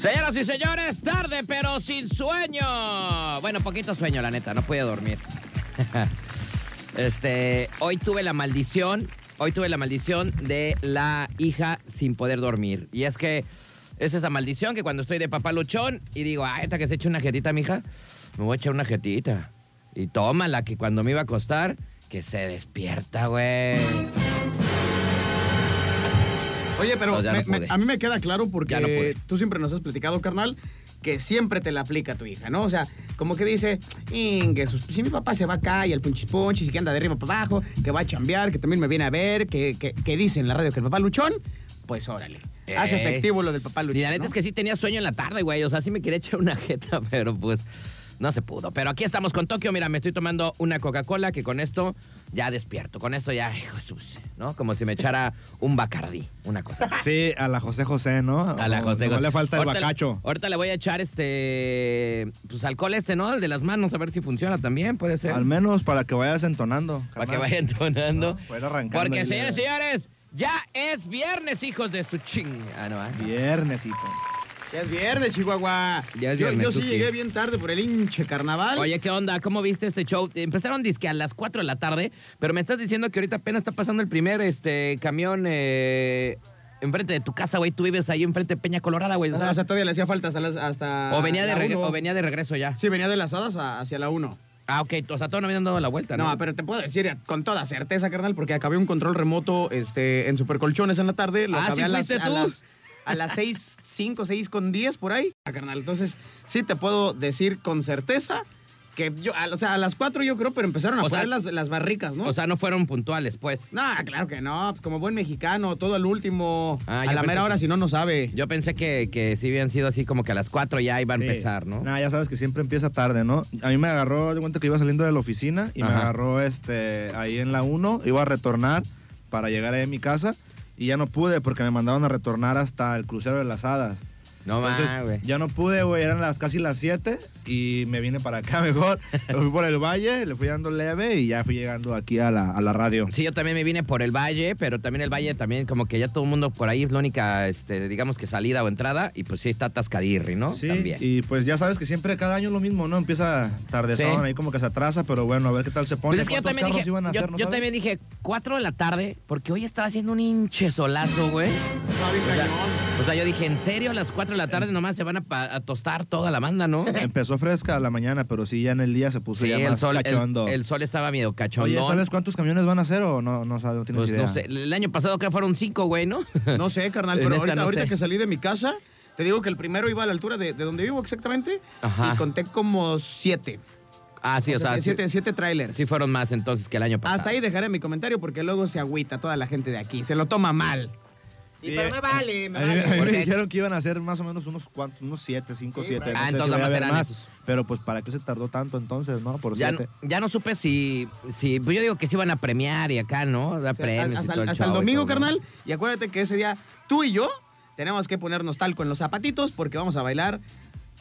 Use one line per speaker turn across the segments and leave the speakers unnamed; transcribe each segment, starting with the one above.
Señoras y señores, tarde pero sin sueño. Bueno, poquito sueño, la neta, no pude dormir. Este, hoy tuve la maldición, hoy tuve la maldición de la hija sin poder dormir. Y es que es esa maldición que cuando estoy de papá luchón y digo, ah, esta que se echa una jetita, mija, me voy a echar una jetita. Y tómala, que cuando me iba a acostar, que se despierta, güey.
Oye, pero
No, ya
me-
no pude.
me- a mí me queda claro porque
Ya no pude.
tú siempre nos has platicado, carnal, que siempre te la aplica tu hija, ¿no? O sea, como que dice, "Ingue, sus- si mi papá se va acá y al punchis punchis y que anda de arriba para abajo, que va a chambear, que también me viene a ver, que, que, que dice en la radio que el papá luchón, pues órale. Hace
Ey.
efectivo lo del papá luchón.
Eh. Y la neta
¿no?
es que sí tenía sueño en la tarde, güey. O sea, sí me quería echar una jeta, pero pues no se pudo. Pero aquí estamos con Tokio. Mira, me estoy tomando una Coca-Cola que con esto ya despierto. Con esto ya, hijo de sus, ¿no? Como si me echara un Bacardí, una cosa. así.
Sí, a la José José, ¿no?
A la José.
No le falta el
Ahorita le-
bacacho.
Ahorita le voy a echar este. Pues alcohol este, ¿no? El de las manos, a ver si funciona también, puede ser.
Al menos para que vayas entonando.
Para
carnal.
que vaya entonando.
No, puede arrancar,
Porque,
dale.
señores, señores, ya es viernes, hijos de su ching. Ah, no, ah.
Viernesito.
Ya es viernes, Chihuahua.
Ya es
Yo-
viernes,
Yo, sí
Suki.
llegué bien tarde por el hinche carnaval.
Oye, ¿qué onda? ¿Cómo viste este show? Empezaron disque a las 4 de la tarde, pero me estás diciendo que ahorita apenas está pasando el primer este, camión eh, enfrente de tu casa, güey. Tú vives ahí enfrente de Peña Colorada, güey. O,
o sea, o sea, todavía le hacía falta hasta... las- hasta
venía de
la
reg-
uno.
o venía de regreso ya.
Sí, venía de las hadas a- hacia la 1.
Ah, ok. O sea, todos no habían dado la vuelta, ¿no?
No, pero te puedo decir con toda certeza, carnal, porque acabé un control remoto este, en Supercolchones en la tarde. Lo
Ah,
acabé
¿sí
a las,
fuiste
a
tú?
las- a las 6, 5, 6 con 10 por ahí, ah, carnal. Entonces, sí te puedo decir con certeza que yo, a- o sea, a las 4 yo creo, pero empezaron a
O sea,
poner las, las barricas, ¿no?
O sea, no fueron puntuales, pues.
no, claro que no. Como buen mexicano, todo al último,
Ah,
a
yo
la
pensé
mera hora,
que-
si no, no sabe.
Yo pensé que, que sí habían sido así como que a las 4 ya iba a empezar, ¿no?
Nah, ya sabes que siempre empieza tarde, ¿no? A mí me agarró, de cuenta que iba saliendo de la oficina y
Ajá.
me agarró este ahí en la 1, iba a retornar para llegar ahí a mi casa y ya no pude porque me mandaron a retornar hasta el crucero de las hadas.
No
Entonces,
más, güey.
ya no pude, güey, eran las casi las 7 y me vine para acá mejor. me fui por el valle, le fui dando leve y ya fui llegando aquí a la, a la radio.
Sí, yo también me vine por el valle, pero también el valle también como que ya todo el mundo por ahí es la única, este, digamos que salida o entrada, y pues sí está atascadirri, ¿no?
Sí,
también.
y pues ya sabes que siempre cada año lo mismo, ¿no? Empieza tardezón,
Sí.
ahí como que se atrasa, pero bueno, a ver qué tal se pone.
Pues es que yo
¿Cuántos
también
carros
dije,
iban a
yo,
hacer, no
yo
sabes?
también dije 4 de la tarde, porque hoy estaba haciendo un hinche solazo, güey.
Estaba bien
O sea,
cañón.
o sea, yo dije, ¿en serio a las 4 de la tarde nomás se van a, pa- a tostar toda la banda, no?
Empezó fresca a la mañana, pero sí, ya en el día Pues se puso
Sí,
ya
el
más
sol, el,
cachondo.
el sol estaba medio cachondón.
Oye, ¿sabes cuántos camiones van a hacer o no, no sabes, no tienes
Pues
idea?
no sé, el año pasado creo que fueron 5, güey, ¿no?
No sé, carnal,
En
pero
esta
ahorita,
no
ahorita
sé.
que salí de mi casa, te digo que el primero iba a la altura de, de donde vivo exactamente
Ajá.
y conté como siete.
Ah, sí, o, sea, sí-
siete, siete trailers.
sí fueron más entonces que el año pasado.
Hasta ahí dejaré mi comentario porque luego se agüita toda la gente de aquí. Se lo toma mal.
Sí, pero me
vale,
A mí, a mí me
Porque-
dijeron que iban a hacer más o menos unos cuantos, unos siete, cinco,
Sí,
siete.
bueno.
no
Ah,
sé si
entonces
vaya
nada más
a haber
eran
más.
esos.
Pero pues, ¿para qué se tardó tanto entonces, no? Por
Ya,
siete.
no- ya no supe si, si. Pues yo digo que se iban a premiar y acá, ¿no? Da
O sea,
premios. y
hasta,
todo el
hasta el
show y
domingo,
todo, ¿no?
carnal. Y acuérdate que ese día tú y yo tenemos que ponernos talco en los zapatitos porque vamos a bailar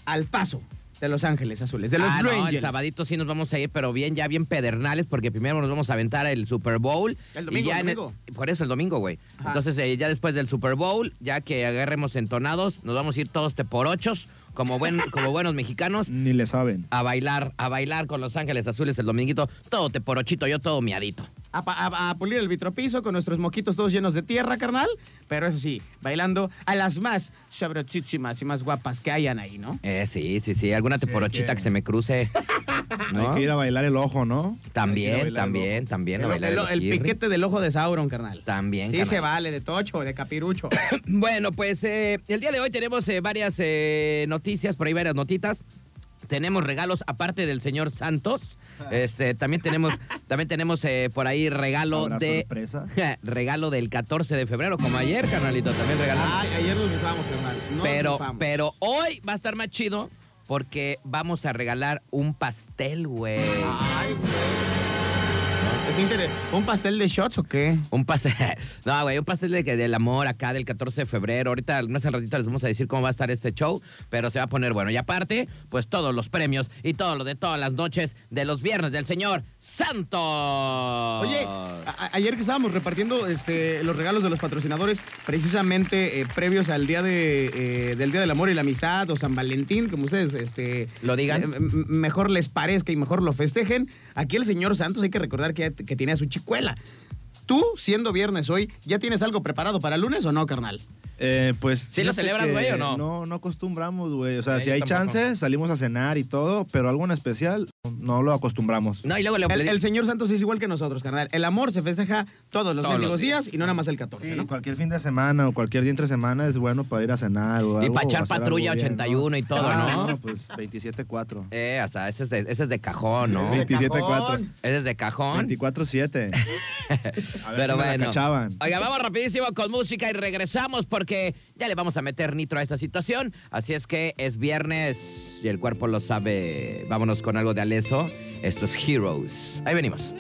al paso de Los Ángeles Azules, de los
ah,
Blue
no, el
Angels.
sabadito sí nos vamos a ir, pero bien, ya bien pedernales, porque primero nos vamos a aventar el Super Bowl.
El domingo,
y ya
el
en
domingo.
por eso el domingo, güey.
Ajá.
Entonces, eh, ya después del Super Bowl, ya que agarremos entonados, nos vamos a ir todos teporochos, como, buen, como buenos mexicanos,
Ni le saben.
a bailar, a bailar con Los Ángeles Azules el dominguito. Todo teporochito, yo todo miadito.
A, pa- a- a pulir el vitropiso con nuestros moquitos todos llenos de tierra, carnal. Pero eso sí, bailando a las más sabrosísimas y más guapas que hayan ahí, ¿no?
Eh, sí, sí, sí. Alguna teporochita
que-
que se me cruce. ¿no?
Hay que ir a bailar el ojo, ¿no? Hay que ir a
También,
bailar el
también, también. a
El,
bailar
el- el
ojirri.
piquete del ojo de Sauron, carnal.
También,
Sí,
carnal.
se vale, de tocho, de capirucho.
Bueno, pues eh, el día de hoy tenemos eh, varias eh, noticias, por ahí varias notitas. Tenemos regalos aparte del señor Santos. Este, también tenemos, también tenemos eh, por ahí regalo
¿Habrá
de
sorpresa?
regalo del 14 de febrero, como ayer, carnalito, también regalamos.
Ah,
Ay, ayer nos rifamos, carnal. Nos
pero,
rifamos.
pero hoy va a estar más chido porque vamos a regalar un pastel, güey.
Ah,
Ay, güey. Está inter- ¿Un pastel de shots o qué?
Un pastel. No, güey, un pastel de, que- del amor acá del 14 de febrero. Ahorita, más al ratito les vamos a decir cómo va a estar este show, pero se va a poner bueno. Y aparte, pues todos los premios y todo lo de todas las noches de los viernes del señor Santos.
Oye,
Ah.
a- a- ayer que estábamos repartiendo este, los regalos de los patrocinadores, precisamente eh, previos al día de, eh, del Día del Amor y la Amistad o San Valentín, como ustedes este,
Lo digan.
eh, m- m- mejor les parezca y mejor lo festejen, aquí el señor Santos hay que recordar que, que tiene a su chicuela. Tú, siendo viernes hoy, ¿ya tienes algo preparado para el lunes o no, carnal?
Eh, pues.
¿Sí lo
fíjate
celebran,
que
güey, o no?
No, no acostumbramos, güey. O sea,
Eh,
si
yo
hay
tampoco.
chance, salimos a cenar y todo, pero algo en especial no lo acostumbramos.
No, y luego le
El,
le-
el señor Santos es igual que nosotros, carnal. El amor se festeja todos los
Todos los
bendigos días.
días.
y no nada más el 14,
Sí,
pues,
¿no?
cualquier fin de semana o cualquier día entre semana es bueno para ir a cenar o
Y
algo,
pa'
o
echar
hacer algo
patrulla
bien,
81 y todo,
Ah,
¿no?
pues 27-4.
Eh, o sea, ese es de, ese es de cajón, ¿no?
Ese es de
27-4.
cajón.
Ese es de cajón.
24-7. A ver
Pero
si me la
bueno.
cachaban.
Oiga, vamos rapidísimo con música y regresamos porque ya le vamos a meter nitro a esta situación. Así es que es viernes y el cuerpo lo sabe. Vámonos con algo de Aleso. Estos Heroes. Ahí venimos.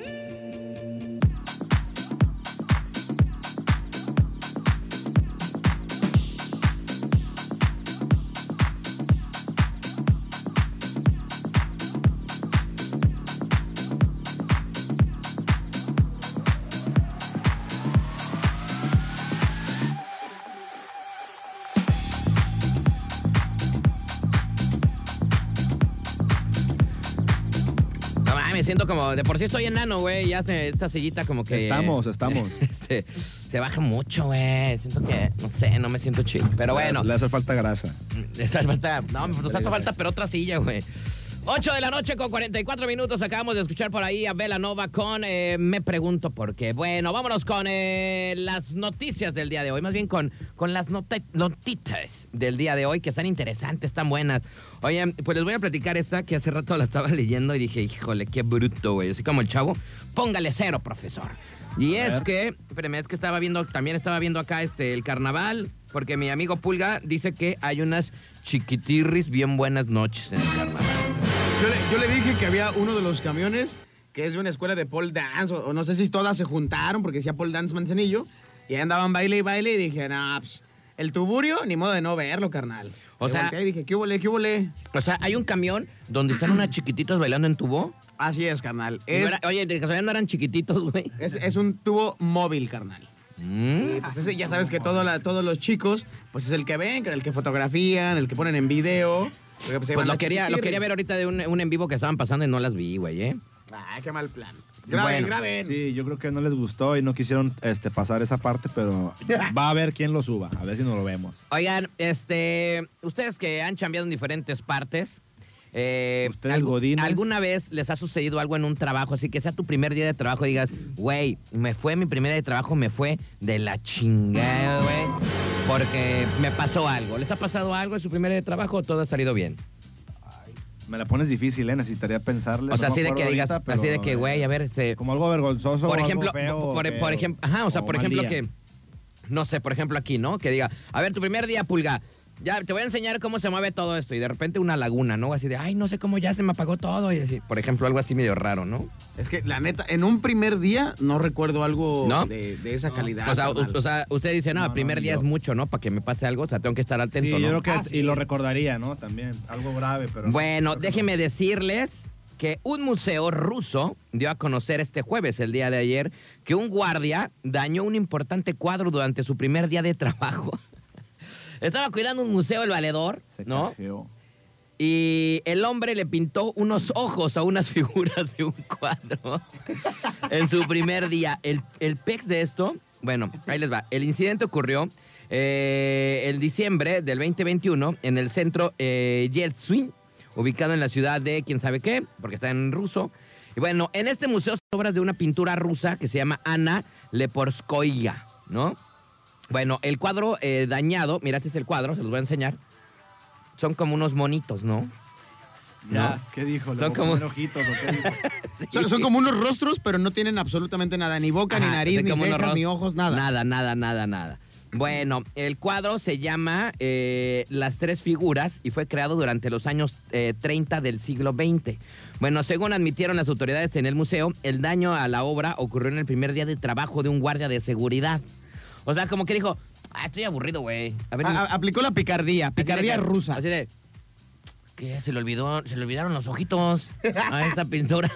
No me siento como. De por sí soy enano, güey. Ya se- esta sillita como que.
Estamos, estamos.
se, se baja mucho, güey. Siento que. No sé, no me siento chido. Pero bueno.
Le hace falta grasa.
Les hace falta, no, nos hace falta, pero otra silla, güey. 8 de la noche con 44 minutos. Acabamos de escuchar por ahí a Velanova con eh, Me Pregunto por qué. Bueno, vámonos con eh, las noticias del día de hoy. Más bien con, con las nota- notitas del día de hoy que están interesantes, están buenas. Oye, pues les voy a platicar esta que hace rato la estaba leyendo y dije, híjole, qué bruto, güey. Así como el chavo, póngale cero, profesor. Y
A
es
ver.
que, espérame, es que estaba viendo, también estaba viendo acá este, el carnaval, porque mi amigo Pulga dice que hay unas chiquitirris bien buenas noches en el carnaval.
Yo le, yo le dije que había uno de los camiones que es de una escuela de pole dance, o, o no sé si todas se juntaron porque decía pole dance manzanillo, y ahí andaban baile y baile, y dije, no, pues, el tuburio, ni modo de no verlo, carnal.
O
Y
sea-
volteé y dije, ¿qué huele, qué huele?
O sea, hay un camión donde están unas chiquititas bailando en tubo.
Así es, carnal.
Y no
Es,
era- oye, de casualidad no eran chiquititos, güey.
es, es un tubo móvil, carnal.
Mm.
Pues ese, ya sabes que todo la- todos los chicos, pues es el que ven, el que fotografían, el que ponen en video. porque, ahí
Pues
van
lo
las
quería, lo
chiquitirris.
quería ver ahorita de un, un en vivo que estaban pasando y no las vi, güey, ¿eh?
Ah, qué mal plan. Graben,
Bueno,
graben.
Sí, yo creo que no les gustó y no quisieron este, pasar esa parte, pero va a ver quién lo suba. A ver si nos lo vemos.
Oigan, este, ustedes que han chambeado en diferentes partes, eh,
Ustedes godines.
¿alguna vez les ha sucedido algo en un trabajo? Así que sea tu primer día de trabajo y digas, güey, me fue mi primer día de trabajo, me fue de la chingada, güey, porque me pasó algo. ¿Les ha pasado algo en su primer día de trabajo o todo ha salido bien?
Me la pones difícil, ¿eh? Necesitaría pensarle.
O sea,
no
así
me
de que
acuerdo
digas,
ahorita,
así
pero,
de que,
eh,
güey, a ver, este,
Como algo vergonzoso. o
por
algo
ejemplo,
feo,
por,
feo,
por ejemplo, ajá, o sea, por
mal
ejemplo
día.
que, no sé, por ejemplo aquí, ¿no? Que diga, a ver, tu primer día, pulga, ya te voy a enseñar cómo se mueve todo esto, y de repente una laguna, ¿no? Así de, ay, no sé cómo ya se me apagó todo, y así, por ejemplo, algo así medio raro, ¿no?
Es que la neta, en un primer día no recuerdo algo
¿No?
de, de esa calidad.
O sea,
carnal.
u- o sea, usted dice, no,
No,
el
no,
primer
ni
día
yo.
es mucho, ¿no? Para que me pase algo, o sea, tengo que estar atento,
Sí,
¿no?
yo creo que.
Ah, sí.
Y lo recordaría, ¿no? También. Algo grave, pero.
Bueno, déjenme decirles que un museo ruso dio a conocer este jueves, el día de ayer, que un guardia dañó un importante cuadro durante su primer día de trabajo. Estaba cuidando un museo el valedor,
Se
¿no?
cajeó.
Y el hombre le pintó unos ojos a unas figuras de un cuadro en su primer día. El, el pex de esto, bueno, ahí les va. El incidente ocurrió eh, el diciembre del 2021 en el centro eh, Yeltsin, ubicado en la ciudad de quién sabe qué, porque está en ruso. Y bueno, en este museo se obras de una pintura rusa que se llama Ana Leporskoiga, ¿no? Bueno, el cuadro eh, dañado, mirad, este es el cuadro, se los voy a enseñar. Son como unos monitos, ¿no?
Ya,
No.
¿qué dijo? ¿Le
Son
voy a
como-
poner ojitos o qué dijo?
son, son como unos rostros, pero no tienen absolutamente nada, ni boca, ni
Ajá,
nariz,
así
ni
como unos
cejas, ni
rostros.
ojos, nada.
Nada, nada, nada, nada. Bueno, el cuadro se llama eh, Las Tres Figuras y fue creado durante los años eh, 30 del siglo XX. Bueno, según admitieron las autoridades en el museo, el daño a la obra ocurrió en el primer día de trabajo de un guardia de seguridad. O sea, como que dijo, ah, estoy aburrido, güey. A ver,
A- a- aplicó la picardía,
así de
picardía
que-
rusa.
Así de, ¿Qué? Se le olvidó, se le olvidaron los ojitos a esta pintura.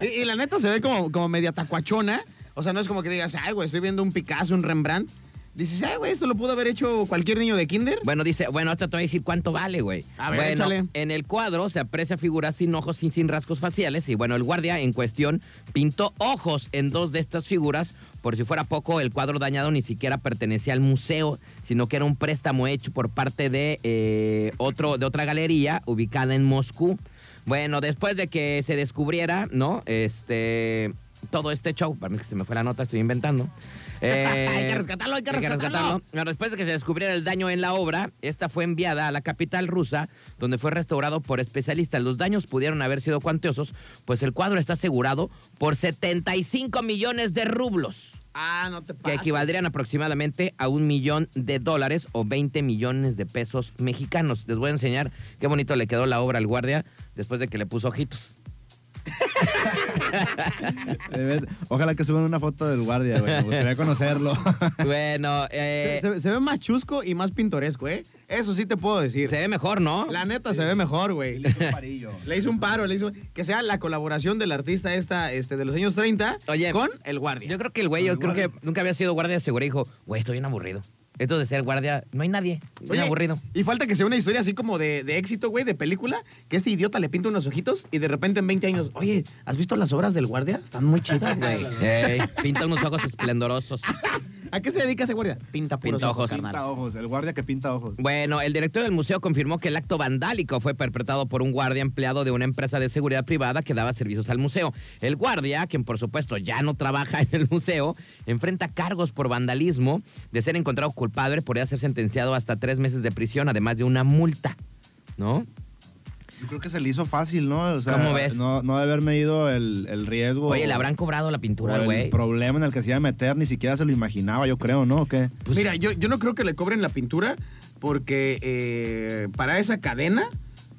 Y, y la neta se ve como, como media tacuachona. O sea, no es como que digas, ay, güey, estoy viendo un Picasso, un Rembrandt. Dices, ay, güey, esto lo pudo haber hecho cualquier niño de kinder.
Bueno, dice, bueno, hasta te voy a decir cuánto vale, güey.
A ver,
bueno,
échale.
en el cuadro se aprecia figuras sin ojos y sin rasgos faciales. Y bueno, el guardia en cuestión pintó ojos en dos de estas figuras. Por si fuera poco, el cuadro dañado ni siquiera pertenecía al museo, sino que era un préstamo hecho por parte de, eh, otro, de otra galería ubicada en Moscú. Bueno, después de que se descubriera, ¿no? Este. Todo este show, para mí que se me fue la nota, estoy inventando. Eh,
Hay que rescatarlo, hay que rescatarlo.
bueno, Después de que se descubriera el daño en la obra, esta fue enviada a la capital rusa, donde fue restaurado por especialistas. Los daños pudieron haber sido cuantiosos, pues el cuadro está asegurado por 75 millones de rublos,
Ah, no te
que
pases.
equivaldrían aproximadamente a un millón de dólares o 20 millones de pesos mexicanos. Les voy a enseñar qué bonito le quedó la obra al guardia después de que le puso ojitos.
De ver- Ojalá que suban una foto del guardia, güey. Me gustaría conocerlo.
Bueno, eh,
Se, se- se ve más chusco y más pintoresco, ¿eh? Eso sí te puedo decir.
se ve mejor, ¿no?
La neta se ve mejor, güey. Le hizo un paro, le hizo. Que sea la colaboración del artista esta, este, de los años 30
Oye,
con el guardia.
Yo creo que el güey, yo creo que nunca había sido guardia de seguridad y dijo, güey, estoy bien aburrido. Esto de ser guardia, no hay nadie, bien
Oye,
aburrido.
Y falta que sea una historia así como de, de éxito, güey, de película, que este idiota le pinta unos ojitos y de repente en 20 años, oye, ¿has visto las obras del guardia? Están muy chidas, güey.
Ey, pinta unos ojos esplendorosos.
¿A qué se dedica ese guardia? Pinta puros
Pinta
ojos,
ojos.
carnal.
Pinta ojos, el guardia que pinta ojos.
Bueno, el director del museo confirmó que el acto vandálico fue perpetrado por un guardia empleado de una empresa de seguridad privada que daba servicios al museo. El guardia, quien por supuesto ya no trabaja en el museo, enfrenta cargos por vandalismo. De ser encontrado culpable, podría ser sentenciado hasta tres meses de prisión, además de una multa. ¿No?
Yo creo que se le hizo fácil, ¿no? O sea,
¿Cómo ves?
No, no haber medido el, el riesgo.
Oye, le habrán cobrado la
Oh. o
pintura, al
el
güey.
problema en el que se iba a meter, ni siquiera se lo imaginaba, yo creo, ¿no? ¿O qué?
Pues-
Mira, yo, yo no creo que le cobren la pintura porque eh, para esa cadena,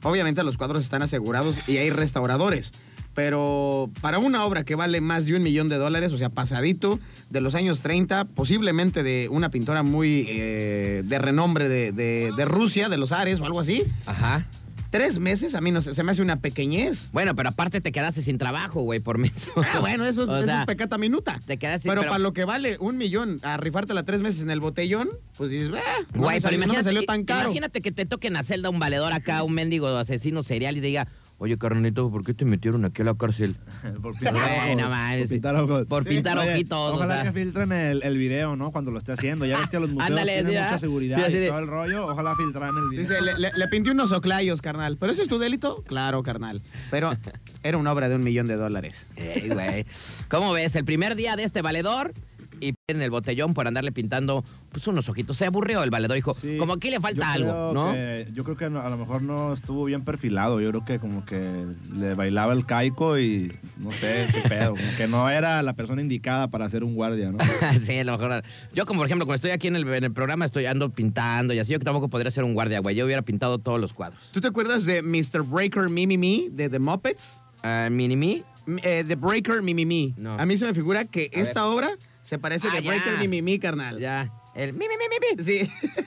obviamente los cuadros están asegurados y hay restauradores. Pero para una obra que vale más de un millón de dólares, o sea, pasadito de los años 30, posiblemente de una pintora muy eh, de renombre de, de- de Rusia, de los Ares o algo así,
Ajá.
tres meses a mí no, se se me hace una pequeñez.
Bueno, pero aparte te quedaste sin trabajo, güey, por menso.
Ah, bueno, eso,
O
eso
sea,
es pecata minuta.
te quedas sin-
pero,
pero-
para lo que vale un millón, a rifártela tres meses en el botellón, pues dices, "Ah, no,
Güey, pero
me salió, no me salió tan caro.
Imagínate que te toque en la celda un valedor acá, un mendigo asesino serial y te diga, oye, carnalito, ¿por qué te metieron aquí a la cárcel?
Por
Bueno,
ojos,
mames.
Por pintar ojos.
Por pintar
Oye,
ojitos, o
Ojalá
sea.
que filtren el, el video, ¿no? Cuando lo esté haciendo. Ya ves que los museos
Ándale,
tienen
sí, ¿verdad?
mucha seguridad
Sí, así
y
de-
todo el rollo. Ojalá filtren el video.
Dice, le, le- le pinté unos oclayos, carnal. ¿Pero eso es tu delito? Claro, carnal. Pero era una obra de un millón de dólares.
Ey, güey. ¿Cómo ves? El primer día de este valedor y en el botellón por andarle pintando pues unos ojitos. Se aburrió el valedor, dijo,
Sí,
como aquí le
yo
falta algo,
creo
¿no?
que- yo creo que no- a lo mejor no estuvo bien perfilado. Yo creo que como que le bailaba el caico y no sé qué pedo. Como que no era la persona indicada para ser un guardia, ¿no?
sí, a lo mejor. Yo, como por ejemplo, cuando estoy aquí en el, en el programa, estoy ando pintando y así. Yo tampoco podría ser un guardia, güey. Yo hubiera pintado todos los cuadros.
¿Tú te acuerdas de Mr. Breaker Mimi Me de The Muppets?
Ah, Minimi.
M- eh, The Breaker Mimi Me.
No.
A mí se me figura que
A
esta obra se parece a
Ah,
The
ya.
Breaker Mimi Me, carnal.
pues Ya. El mi, mi, mi, mi, mi.
Sí.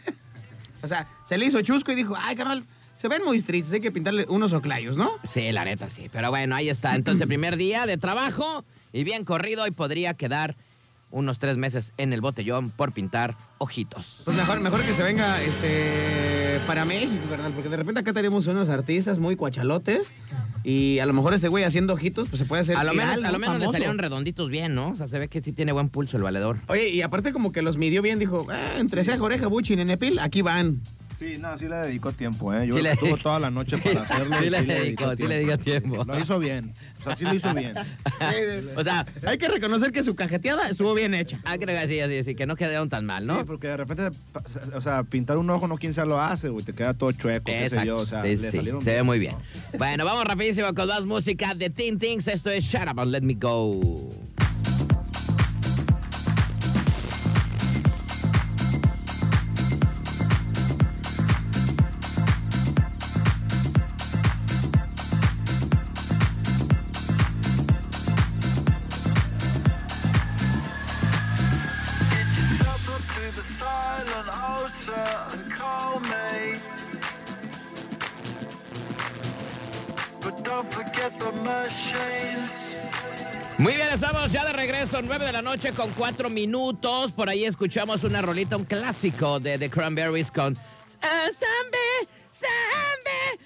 o sea, se le hizo chusco y dijo, ay, carnal, se ven muy tristes, hay que pintarle unos oclayos, ¿no?
Sí, la neta sí. Pero bueno, ahí está. Entonces, primer día de trabajo y bien corrido y podría quedar unos tres meses en el botellón por pintar ojitos.
Pues mejor, mejor que se venga este para México, carnal, porque de repente acá tenemos unos artistas muy cuachalotes y a lo mejor este güey haciendo ojitos, pues se puede hacer
A lo
viral,
menos, a
¿no?
lo menos le
Famoso.
salieron redonditos bien, ¿no? O sea, se ve que sí tiene buen pulso el valedor.
Oye, y aparte como que los midió bien, dijo, "Ah, entre ceja, oreja, buchi, nenepil, aquí van.
Sí, no, sí le dedicó tiempo, ¿eh? Yo
Sí
creo
le-
que estuvo toda la noche para hacerlo.
Sí
y
le dedicó, sí le dedicó tiempo.
Lo hizo bien. O sea, sí lo hizo bien.
O sea,
Hay que reconocer que su cajeteada estuvo bien hecha.
ah, creo que sí, así, así, que no quedaron tan mal, ¿no?
Sí, porque de repente, pa- o sea, pintar un ojo no quien sea lo hace, güey. Te queda todo chueco, qué sé yo. O sea,
Sí,
le
sí,
salieron
Se ve muy bien.
¿no?
Bueno, vamos rapidísimo con más música de Teen Things. Esto es Shut Up and Let Me Go.
Suffer through the silent ulcer and call me.
Muy bien, estamos ya de regreso, 9 de la noche con 4 minutos. Por ahí escuchamos una rolita, un clásico de The Cranberries con "Ah, Sambe, Sambe,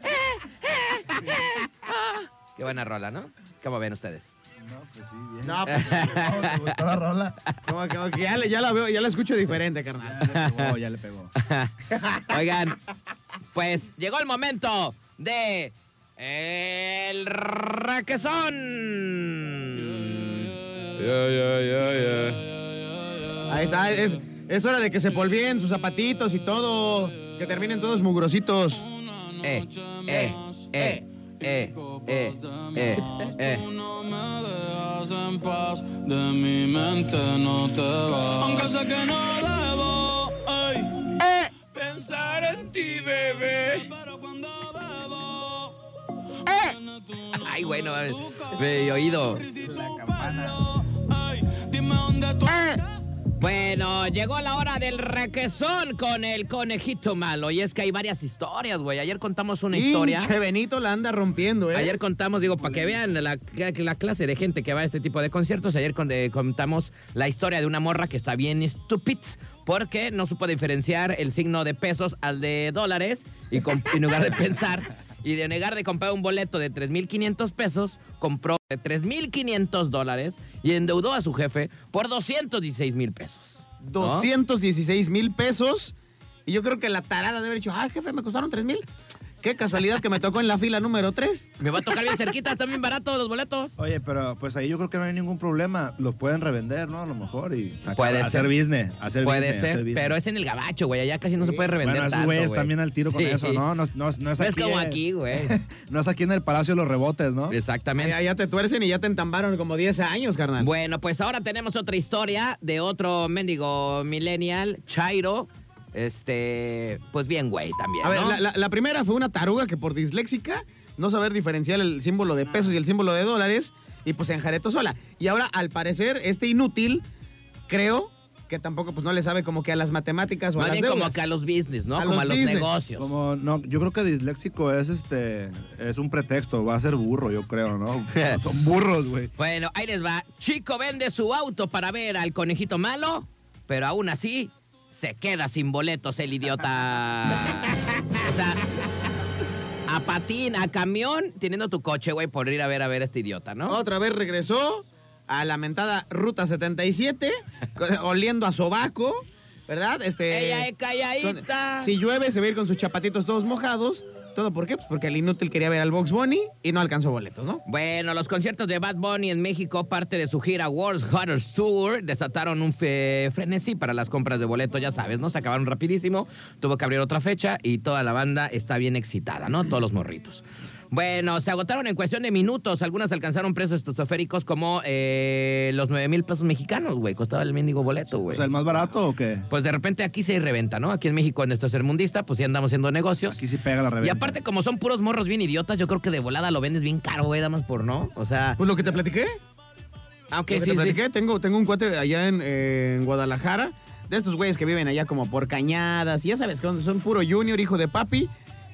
Sambe. eh, eh, eh, ah". Qué buena rola, ¿no? ¿Cómo ven ustedes?
No, pues sí, bien.
No, pues,
¿Te gustó la rola?
como que, como que ya, le- ya la veo, ya la escucho diferente, carnal.
Ya le pegó, ya le pegó.
Oigan, pues llegó el momento de el raquezón.
Ahí está, es, es hora de que se polvien sus zapatitos y todo, que terminen todos mugrositos.
Eh, eh, eh, eh, eh, eh, eh.
No me dejas en paz, de mi mente no te vas. Aunque sé que no debo ay,
Eh,
pensar en ti, bebé. Pero cuando bebo,
eh.
Ay, güey, no mames. Me he oído.
si tu pelo, ay, dime dónde tú
Ah.
estás.
Bueno, llegó la hora del requesón con el conejito malo. Y es que hay varias historias, güey. Ayer contamos una historia.
Pinche Benito la anda rompiendo, ¿eh?
Ayer contamos, digo, para que vean la, la clase de gente que va a este tipo de conciertos, ayer con- de- contamos la historia de una morra que está bien estúpida porque no supo diferenciar el signo de pesos al de dólares y com- en lugar de pensar y de negar de comprar un boleto de 3.500 pesos, compró de 3.500 dólares y endeudó a su jefe por 216 mil pesos. ¿no?
216 mil pesos. Y yo creo que la tarada debe haber dicho, ah, jefe, me costaron 3 mil. Qué casualidad que me tocó en la fila número 3.
Me va a tocar bien cerquita, están bien baratos los boletos.
Oye, pero pues ahí yo creo que no hay ningún problema. Los pueden revender, ¿no? A lo mejor y sacar-
Puede
hacer
ser.
business. Hacer
Puede
business, hacer
ser,
business.
pero es en el gabacho, güey. Allá casi no se puede revender
Bueno, esos
tanto,
güeyes
güey.
también al tiro con
Sí.
eso, ¿no? No, no- no es
No
aquí.
es como
eh.
aquí, güey.
No es aquí en el Palacio de los Rebotes, ¿no?
Exactamente.
Ya, ya te tuercen y ya te entambaron como 10 años, carnal.
Bueno, pues ahora tenemos otra historia de otro mendigo millennial, Chairo. Este, pues bien, güey, también.
A ver,
¿no?
la, la- la primera fue una taruga que por disléxica, no saber diferenciar el símbolo de pesos y el símbolo de dólares, y pues se enjaretó sola. Y ahora, al parecer, este inútil, creo que tampoco pues no le sabe como que a las matemáticas o
Más
a las
bien como
deudas.
que a los business, ¿no?
A
como
los
a los
business.
negocios.
Como, no, yo creo que disléxico es este, es un pretexto, va a ser burro, yo creo, ¿no? Son burros, güey.
Bueno, ahí les va. Chico vende su auto para ver al conejito malo, pero aún así se queda sin boletos el idiota. O sea, a patín, a camión, teniendo tu coche, güey, por ir a ver a ver a este idiota, ¿no?
Otra vez regresó a la mentada Ruta 77, co- oliendo a sobaco, ¿verdad? Este,
Ella es calladita.
Si llueve, se va a ir con sus chapatitos todos mojados. ¿Todo por qué? Pues porque el inútil quería ver al Box Bunny y no alcanzó boletos, ¿no?
Bueno, los conciertos de Bad Bunny en México, parte de su gira World's Hottest Tour, desataron un fe- frenesí para las compras de boletos, ya sabes, ¿no? Se acabaron rapidísimo, tuvo que abrir otra fecha y toda la banda está bien excitada, ¿no? Todos los morritos. Bueno, se agotaron en cuestión de minutos. Algunas alcanzaron precios estratosféricos como eh, los 9 mil pesos mexicanos, güey. Costaba el mendigo boleto,
O
güey.
sea, ¿el más barato o qué?
Pues de repente aquí se reventa, ¿no? Aquí en México, en nuestro sermundista, pues sí andamos haciendo negocios.
Aquí sí pega la
Y
reventa.
aparte, como son puros morros bien idiotas, yo creo que de volada lo vendes bien caro, güey, damas por no. O sea,
Pues lo que te platiqué.
aunque
Lo
sí,
que te
sí.
platiqué, tengo, tengo un cuate allá en, eh, en Guadalajara, de estos güeyes que viven allá como por cañadas, y ya sabes, que son- son puro junior, hijo de papi.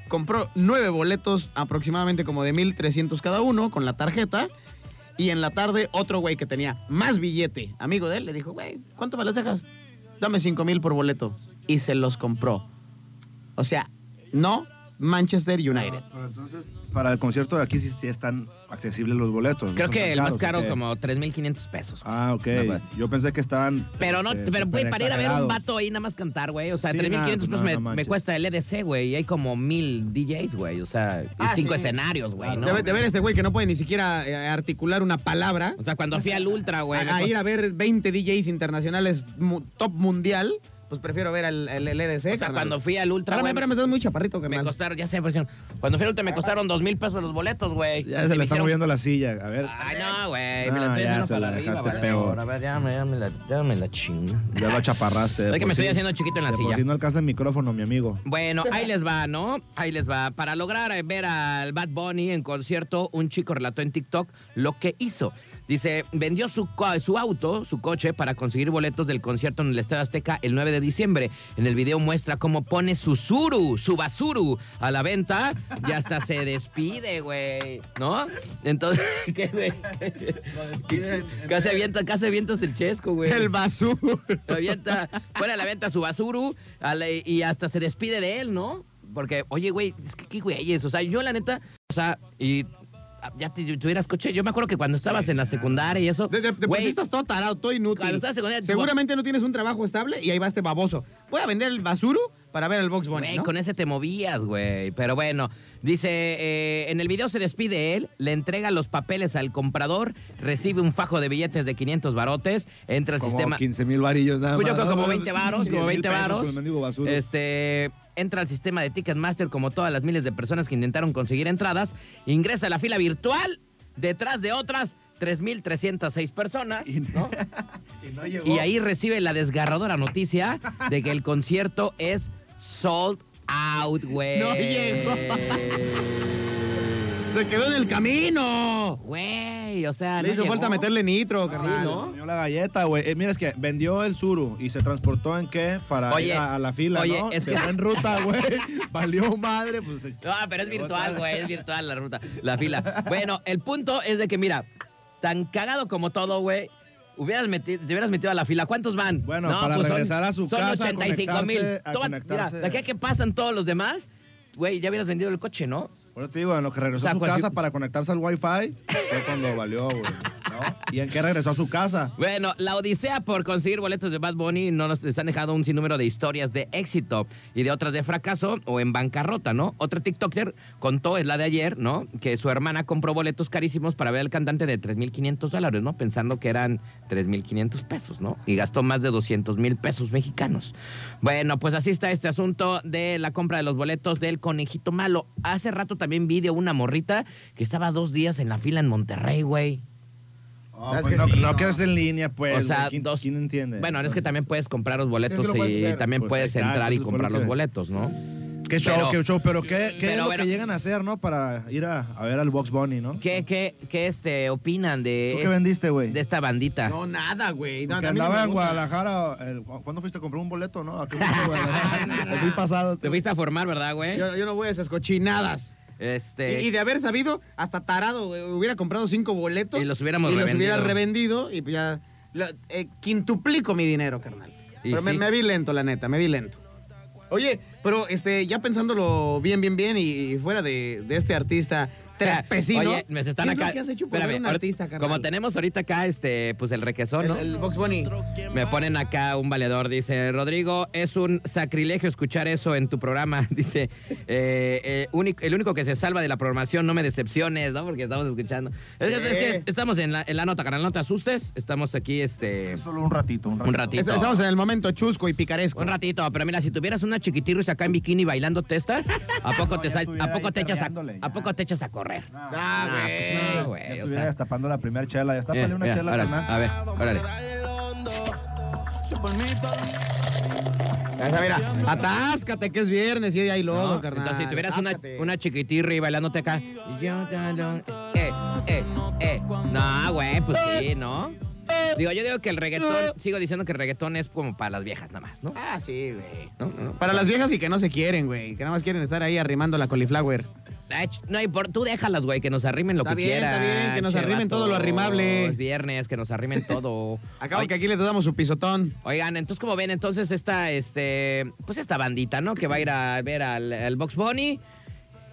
Compró nueve boletos, aproximadamente como de 1.300 cada uno, con la tarjeta. Y en la tarde, otro güey que tenía más billete, amigo de él, le dijo, güey, ¿cuánto me las dejas? Dame 5 mil por boleto. Y se los compró. O sea, no Manchester United.
Ah, Pero entonces, para el concierto de aquí sí, sí están accesibles los boletos.
Creo
no son
que
tan
el más
caros, ¿o
caro,
qué?
como 3.500 pesos. güey.
Ah, ok.
Algo así.
Yo pensé que estaban.
Pero no,
este,
pero güey,
súper
para ir a ver a un
exagerados.
vato ahí nada más cantar, güey. O sea,
Sí,
3.500 pesos
nada, no,
me,
no
me
manches.
cuesta el EDC, güey. Y hay como mil DJs, güey. O sea, y
Ah,
cinco
sí.
escenarios, güey. ¿no?
Debe de ver este güey que no puede ni siquiera eh, articular una palabra.
O sea, cuando fui al Ultra,
Ah,
güey. me
a, a ir
costó-
a ver 20 DJs internacionales mu- top mundial, pues prefiero ver al al LDC.
O sea,
carnal.
cuando fui al Ultra,
Espérame,
güey,
espérame, estás muy chaparrito,
me
carnal.
costaron, ya sé, pues, cuando fui al Ultra me costaron 2.000 pesos los boletos, güey.
Ya se
me
le está
hicieron-
moviendo la silla. A ver.
Ay, no, güey. Me
Ah,
la estoy
ya
haciendo
se
para
la
arriba,
dejaste
vale.
peor.
A ver, ya me, ya me la, ya me la chinga.
Ya lo chaparraste. de
Es que
por
me estoy
sí.
haciendo chiquito en la
De por
silla.
sí no alcanza el micrófono, mi amigo.
Bueno, ahí les va, ¿no? Ahí les va. Para lograr eh, ver al Bad Bunny en concierto, un chico relató en TikTok lo que hizo. Dice, vendió su, co- su auto, su coche, para conseguir boletos del concierto en el Estadio Azteca el 9 de de diciembre. En el video muestra cómo pone su suru, su basuru a la venta y hasta se despide, güey. ¿No? Entonces, ¿qué, güey? Casi avientas, casi avientas el chesco, güey.
El basú.
Avienta, pone a la venta su basuru a la- y hasta se despide de él, ¿no? Porque, oye, güey, es que qué güeyes. O sea, yo la neta, o sea, y ah, ya te- tuvieras coche. Yo me acuerdo que cuando estabas en la secundaria y eso.
De, de- de por
güey,
sí estás todo tarado, todo
Cuando
inútil.
estás en secundaria,
Seguramente no tienes un trabajo estable y ahí va este baboso. Voy a vender el basuro para ver el Box Bunny,
Güey,
¿no?
con ese te movías, güey. Pero bueno, dice, eh, en el video se despide él, le entrega los papeles al comprador, recibe un fajo de billetes de 500 barotes, entra al
Como
sistema...
15 mil varillos nada más.
Pues yo creo como
¿no?
20 varos,
10,000
como 20
pesos con
varos.
el mendigo basura.
Este entra al sistema de Ticketmaster como todas las miles de personas que intentaron conseguir entradas, ingresa a la fila virtual detrás de otras 3306 personas, ¿no?
Y no llegó.
Y ahí recibe la desgarradora noticia de que el concierto es sold out, güey.
No llegó. ¡Se quedó en el camino!
Güey, o sea,
Le
Ah, no
hizo falta
llegó.
meterle nitro,
Ah,
carnal.
le comió la galleta, güey. Eh, mira, es que vendió el suru y se transportó en qué para
Oye,
ir a, a la fila,
oye,
¿no?
es
se
que-
fue en ruta, güey. Valió madre, pues. se-
No, Ah, pero es
llegó
virtual,
tarde.
güey, es virtual la ruta, la fila. Bueno, el punto es de que, mira, tan cagado como todo, güey, hubieras metido, te hubieras metido a la fila. ¿Cuántos van? pues
Bueno, para
son-
regresar a su
son
casa, a
85 mil.
conectarse- a
Toma, Mira,
conectarse.
de aquí a que pasan todos los demás, güey, ya hubieras vendido el coche, ¿no?
Bueno, te digo, en lo que regresó
O sea, pues,
a su
cual-
casa para conectarse al Wi-Fi fue cuando valió, güey. ¿no? ¿Y en qué regresó a su casa?
Bueno, la odisea por conseguir boletos de Bad Bunny no nos les han dejado un sinnúmero de historias de éxito y de otras de fracaso o en bancarrota, ¿no? Otra TikToker contó, es la de ayer, ¿no? Que su hermana compró boletos carísimos para ver al cantante de 3.500 dólares, ¿no? Pensando que eran 3.500 pesos, ¿no? Y gastó más de 200.000 pesos mexicanos. Bueno, pues así está este asunto de la compra de los boletos del conejito malo. Hace rato también vi de una morrita que estaba dos días en la fila en Monterrey, güey.
No,
Es
pues,
que
no,
sí,
no
no.
que es en línea, pues.
O sea,
güey. ¿Quién,
dos-
quién entiende?
Bueno, es que
Entonces,
también puedes comprar los boletos
Sí, es que lo
y
puedes hacer.
también
Pues
puedes
ahí está,
entrar y
entonces fue lo
comprar los
que-
boletos, ¿no?
Qué show,
Pero-
qué show. Pero qué, qué es
pero,
lo
bueno.
que llegan a hacer, ¿no? Para ir a, a ver al Box Bunny, ¿no?
¿Qué, qué, qué este, opinan de,
¿Tú qué
es-
vendiste, güey?
de esta bandita?
No, nada, güey. No,
Que
a mí no me
andaba en
gusta.
Guadalajara. el- ¿cu- ¿Cuándo fuiste a comprar un boleto, no? ¿A qué fuiste a Guadalajara? El fin pasado. este
Te fuiste a formar, ¿verdad, güey?
Yo, yo no voy a esas cochinadas.
Este,
Y, y de haber sabido, hasta tarado, güey, hubiera comprado cinco boletos.
Y los hubiéramos
y los
revendido.
hubiera revendido y pues ya lo- eh, quintuplico mi dinero, carnal.
Y
pero me,
sí.
me vi lento, la neta, me vi lento. Oye, pero este, ya pensándolo bien, bien, bien y, y fuera de, de este artista trespecino.
Oye, me están acá.
¿qué Es lo que has hecho por
Espérame,
ver un
ahorita-
artista, carnal?
Como tenemos ahorita acá, este, pues el requesón, ¿no?
El, el Box Bunny.
Me ponen acá un valedor, dice Rodrigo, es un sacrilegio escuchar eso en tu programa. Dice, eh, eh, único- el único que se salva de la programación, no me decepciones, ¿no? Porque estamos escuchando. Es que- es que
Eh.
estamos en la, en la nota, canal, no te asustes. Estamos aquí, este.
Solo un ratito, un ratito.
Un ratito.
Est- Este, Estamos en el momento chusco y picaresco.
Un ratito, pero mira, si tuvieras una chiquitirris acá en bikini bailando testas, ¿a poco,
No,
te,
ya
sal-
estuviera
¿a poco
ahí
te echas a,
perreándole,
¿a
ya.
poco te echas a correr?
Ah,
Nah,
güey.
pues no, güey,
Ya
o
estuviera
sea. Eh,
destapando la primera chela. Destápale
Mira,
una
mira,
chela,
órale,
carnal.
a ver, órale.
Ya está, mira, atáscate que es viernes y hay lodo,
¿no?
carnal.
Entonces, si tuvieras una,
atáscate.
una chiquitirri bailándote acá. y yo, ya lo- eh, eh, eh. No, güey, pues sí, ¿no? Digo, yo digo que el reggaetón, sigo diciendo que el reggaetón es como para las viejas nada más, ¿no?
Ah, sí, güey.
No, no, no.
Para las viejas y que no se quieren, güey. Que nada más quieren estar ahí arrimando la cauliflower.
Ay, Ah, ch- No, y por, tú déjalas, güey, que nos arrimen lo
Está
que
bien, está
quieran.
bien, que nos
che,
arrimen todo lo
vatos.
arrimable.
Viernes, que nos arrimen todo.
Acabo
Oye,
que aquí le damos su pisotón.
Oigan, entonces como ven, entonces esta, este, pues esta bandita, ¿no? Que va a ir a ver al, al Box Bunny.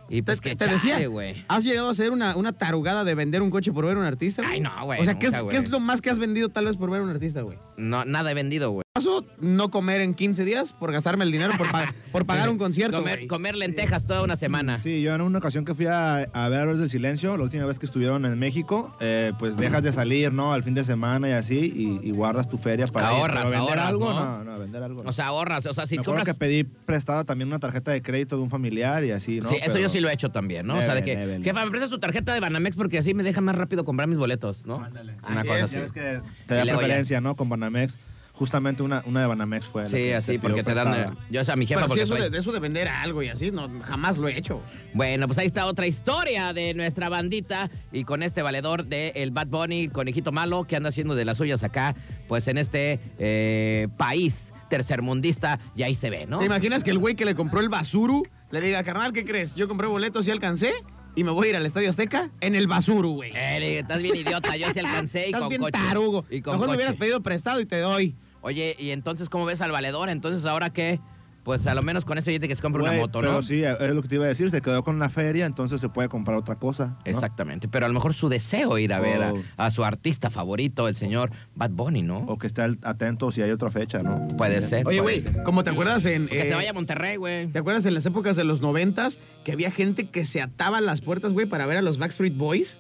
Y pues
te,
que
te decía,
chale, güey.
has llegado a ser una, una tarugada de vender un coche por ver a un artista.
Ay, no, güey,
O sea, ¿qué, es-
nunca, güey.
qué es lo más que has vendido tal vez por ver a un artista, güey?
No, nada he vendido, güey.
Paso, no comer en 15 días por gastarme el dinero por, pa- por pagar un concierto.
Comer,
güey.
comer lentejas toda una semana.
Sí, yo en una ocasión que fui a, a ver Héroes del Silencio, la última vez que estuvieron en México, eh, pues dejas de salir, ¿no? Al fin de semana y así, y, y guardas tu feria para ir.
Ahorras,
Pero vender
ahorras,
algo,
¿no?
no, no, vender algo. no.
O sea, ahorras. O sea, si
Me acuerdo
compras.
que pedí prestada también una tarjeta de crédito de un familiar y así, ¿no?
sí, eso
Pero-
yo sí lo he hecho también, ¿no? o sea, de
Débele,
que,
débele.
jefa, me prestas tu tarjeta de Banamex porque así me deja más rápido comprar mis boletos, ¿no? Una
Así
cosa
es.
así.
Ya ves que te
Y luego
da
ya.
preferencia, ¿no? Con Banamex. Justamente una, una de Banamex fue. la que
Sí,
se
así,
pidió
porque te dan.
prestada.
Yo, o sea, mi jefa,
Pero sí,
porque
eso,
soy-
de, eso de vender algo y así, no, jamás lo he hecho.
Bueno, pues ahí está otra historia de nuestra bandita y con este valedor de el Bad Bunny, conejito malo, que anda haciendo de las suyas acá, pues en este eh, país. tercermundista y ahí se ve, ¿no?
¿Te imaginas que el güey que le compró el Basuru le diga, carnal, ¿qué crees? Yo compré boletos y alcancé y me voy a ir al Estadio Azteca en el Basuru, güey.
Eh, le- estás bien idiota, yo sí alcancé y
Estás
con
bien
coche.
tarugo.
Y con
Mejor me
coche.
hubieras pedido prestado y te doy.
Oye, ¿y entonces cómo ves al valedor? Entonces, ¿ahora qué? Pues a lo menos con ese billete que se compra
Güey,
una moto,
pero
¿no?
sí, es lo que te iba a decir. Se quedó con la feria, entonces se puede comprar otra cosa. ¿no?
Exactamente, pero a lo mejor su deseo ir a ver a,
Oh.
a su artista favorito, el señor Bad Bunny, ¿no?
O que esté al- atento si hay otra fecha, ¿no?
Puede ser. puede
Oye, güey,
ser.
como te acuerdas en...
O Que
eh,
se vaya a Monterrey, güey.
¿Te acuerdas en las épocas de los noventas que había gente que se ataba las puertas, güey, para ver a los Backstreet Boys?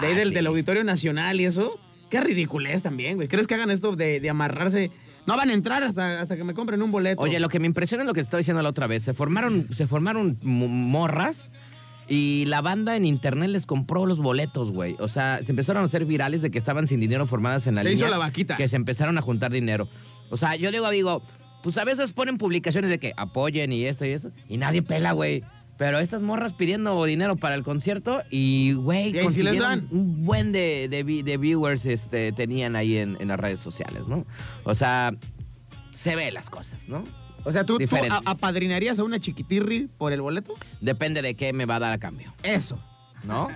De ahí
Ah,
del,
sí.
del Auditorio Nacional y eso. Qué ridiculez también, güey. ¿Crees que hagan esto de, de amarrarse? No van a entrar hasta, hasta que me compren un boleto.
Oye, lo que me impresiona es lo que te estaba diciendo la otra vez. Se formaron, se formaron mo- morras y la banda en internet les compró los boletos, güey. O sea, se empezaron a hacer virales de que estaban sin dinero formadas en la
Se
línea.
hizo la vaquita.
Que se empezaron a juntar dinero. O sea, yo digo, digo, pues a veces ponen publicaciones de que apoyen y esto y eso. Y nadie pela, güey. Pero estas morras pidiendo dinero para el concierto y, güey,
Y ahí sí les
consiguieron
dan.
un buen de, de vi- de viewers este, tenían ahí en- en las redes sociales, ¿no? O sea, se ve las cosas, ¿no?
o sea, ¿tú, tú
diferentes.
a- apadrinarías a una chiquitirri por el boleto?
Depende de qué me va a dar a cambio,
Eso.
¿no?